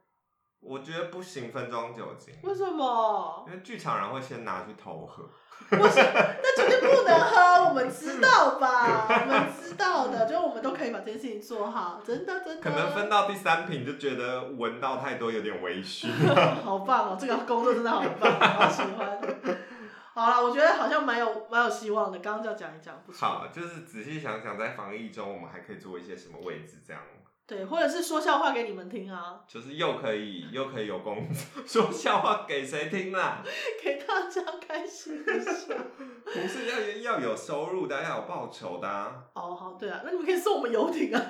B: 我觉得不行，分装酒精。
A: 为什么？啊
B: 因为剧场人会先拿去投喝，
A: 不是，那酒精不能喝，我们知道 吧？我们知道的，就是我们都可以把这件事情做好，真的真的。
B: 可能分到第三瓶就觉得闻到太多有点微醺。
A: 好棒哦！这个工作真的好棒，好喜欢。好了，我觉得好像蛮有蛮有希望的。刚刚这样讲一讲，不错。
B: 好，就是仔细想想，在防疫中我们还可以做一些什么位置，这样
A: 对，或者是说笑话给你们听啊，
B: 就是又可以又可以有工作，说笑话给谁听啦？
A: 给大家开心一下。
B: 不是要要有收入的，要有报酬的、啊。
A: 哦，好，对啊，那你们可以送我们游艇 啊！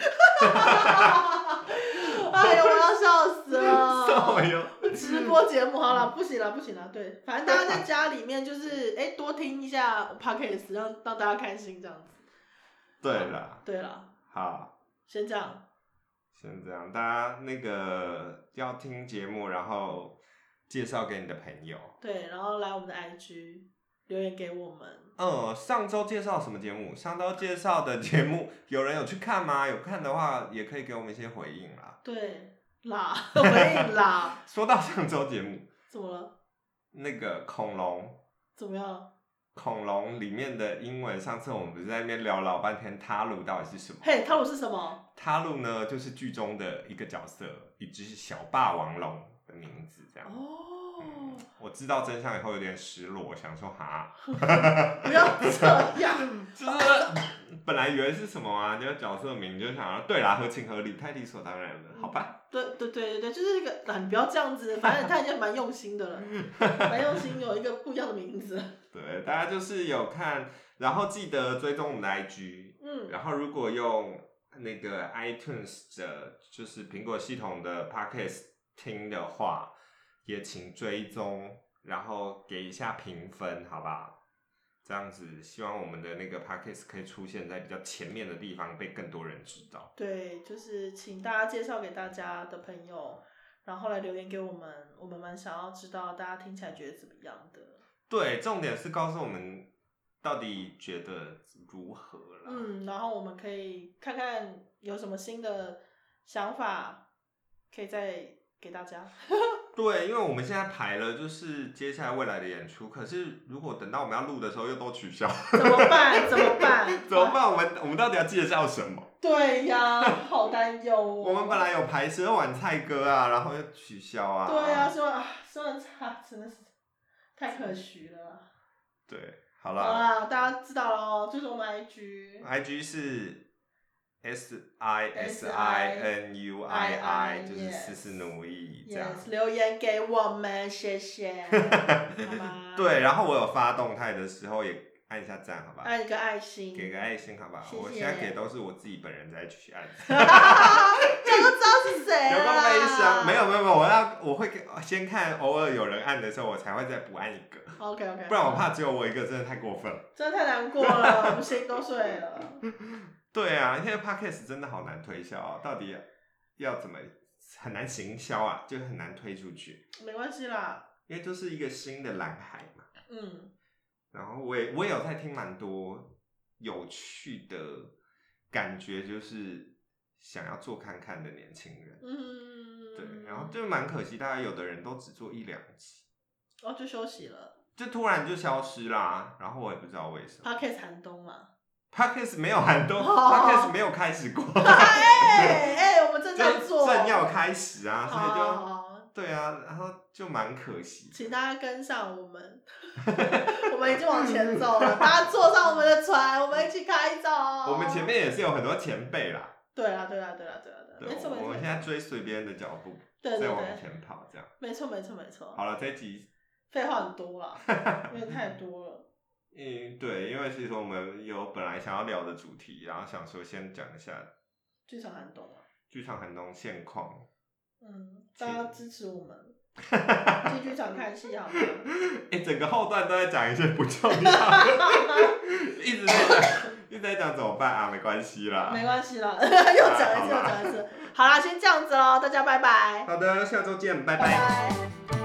A: 哎呦，我要笑死
B: 什么
A: 了！
B: 哟？
A: 我今 直播节目好了，不行了，不行了，对，反正大家在家里面就是哎、多听一下 podcast，让让大家开心这样子。
B: 对了，
A: 对了，
B: 好，
A: 先这样，
B: 先这样，大家那个要听节目，然后介绍给你的朋友。
A: 对，然后来我们的 IG 留言给我们。
B: 嗯，上周介绍什么节目？上周介绍的节目，有人有去看吗？有看的话，也可以给我们一些回应啦。
A: 对啦，回应啦，
B: 说到上周节目，
A: 怎么了？
B: 那个恐龙，
A: 怎么样？
B: 恐龙里面的英文，上次我们不是在那边聊老半天，他鲁到底是什么？
A: 嘿，套路是什么？
B: 他鲁呢，就是剧中的一个角色，一只小霸王龙的名字，这样。
A: 哦
B: 嗯，我知道真相以后有点失落，想说哈，
A: 不要这样。
B: 就是本来以为是什么啊，就是角色名，就想要对啦，合情合理，太理所当然了，好吧？
A: 对对对对对，就是那个，啊，你不要这样子，反正他已经蛮用心的了，
B: 嗯
A: 蛮用心，有一个不一样的名字。
B: 对，大家就是有看，然后记得追踪我们的 IG，
A: 嗯，
B: 然后如果用那个 iTunes 的，就是苹果系统的 Podcast 听的话，也请追踪，然后给一下评分，好吧？这样子，希望我们的那个 Podcast 可以出现在比较前面的地方，被更多人知道。
A: 对，就是请大家介绍给大家的朋友，然后来留言给我们，我们蛮想要知道大家听起来觉得怎么样的。
B: 对，重点是告诉我们到底觉得如何啦。
A: 嗯，然后我们可以看看有什么新的想法，可以再给大家。
B: 对，因为我们现在排了，就是接下来未来的演出。可是如果等到我们要录的时候又都取消，
A: 怎么办？怎么办？
B: 怎么办？我们我们到底要介绍什么？
A: 对呀，好担忧哦。
B: 我们本来有排十二碗菜歌啊，然后又取消啊。
A: 对呀、啊，说啊，说完差真的是太可惜了啦。
B: 对，好
A: 好
B: 啦
A: 啦，大家知道了哦，就是我们 IG。
B: i g 是 S I S I N U I I，就是斯斯奴役这样。
A: Yes，留言给我们，谢谢， 好吗？，
B: 对，然后我有发动态的时候也按一下赞，好吧？
A: 按一个爱心，
B: 给个爱心，好吧？
A: 谢谢
B: 我现在给都是我自己本人在去按，
A: 这样就知道是谁
B: 有
A: 了
B: 个
A: 啦。
B: 悲伤。没有没有没有，我要我会给先看，偶尔有人按的时候，我才会再补按一个，
A: OK OK，
B: 不然我怕只有我一个，真的太过分了。
A: 真的太难过了，我们心都碎 了。
B: 对啊，现在 podcast 真的好难推销啊，到底要怎么很难行销啊，就很难推出去，
A: 没关系啦，
B: 因为就是一个新的蓝海嘛。
A: 嗯，
B: 然后我也我也有在听蛮多有趣的感觉，就是想要做看看的年轻人。
A: 嗯，
B: 对，然后就蛮可惜，大家有的人都只做一两集，
A: 哦就休息了
B: 就突然就消失啦。然后我也不知道为什么。
A: ，Podcast 寒冬 嘛。
B: Podcast 没有 寒冬、
A: 哦
B: p o d c a s t 没有开始过，
A: 哎哎，我们正在
B: 正
A: 做，
B: 正要开始啊，
A: 好
B: 所以
A: 好
B: 就
A: 好
B: 对啊，然后就蛮可惜。
A: 请大家跟上我们， 我们已经往前走了，大家坐上我们的船，我们一起开走。
B: 我们前面也是有很多前辈啦，
A: 对啦，对啦，对啦，对啦，对
B: 对
A: 啦，没错，，
B: 我
A: 没
B: 们现
A: 错，
B: 在追随别人的脚步，
A: 对对
B: 再往
A: 对，
B: 前跑，这样。
A: 没错，没错，没错。
B: 好了，这一集，
A: 废话很多 啦，因为太多了。
B: 嗯，对，因为其实我们有本来想要聊的主题，然后想说先讲一下
A: 剧场寒冬啊，
B: 剧场寒冬现况。
A: 嗯，大家支持我 们进剧场看戏好吗？
B: 哎、整个后段都在讲一些不重要的，一直在讲，一直在讲怎么办啊？没关系啦。
A: 没关系啦， 又讲一次，又
B: 好啦
A: 讲一次。好啦，先这样子喽，大家拜拜，
B: 好的，下周见，拜
A: 拜
B: 拜
A: 拜。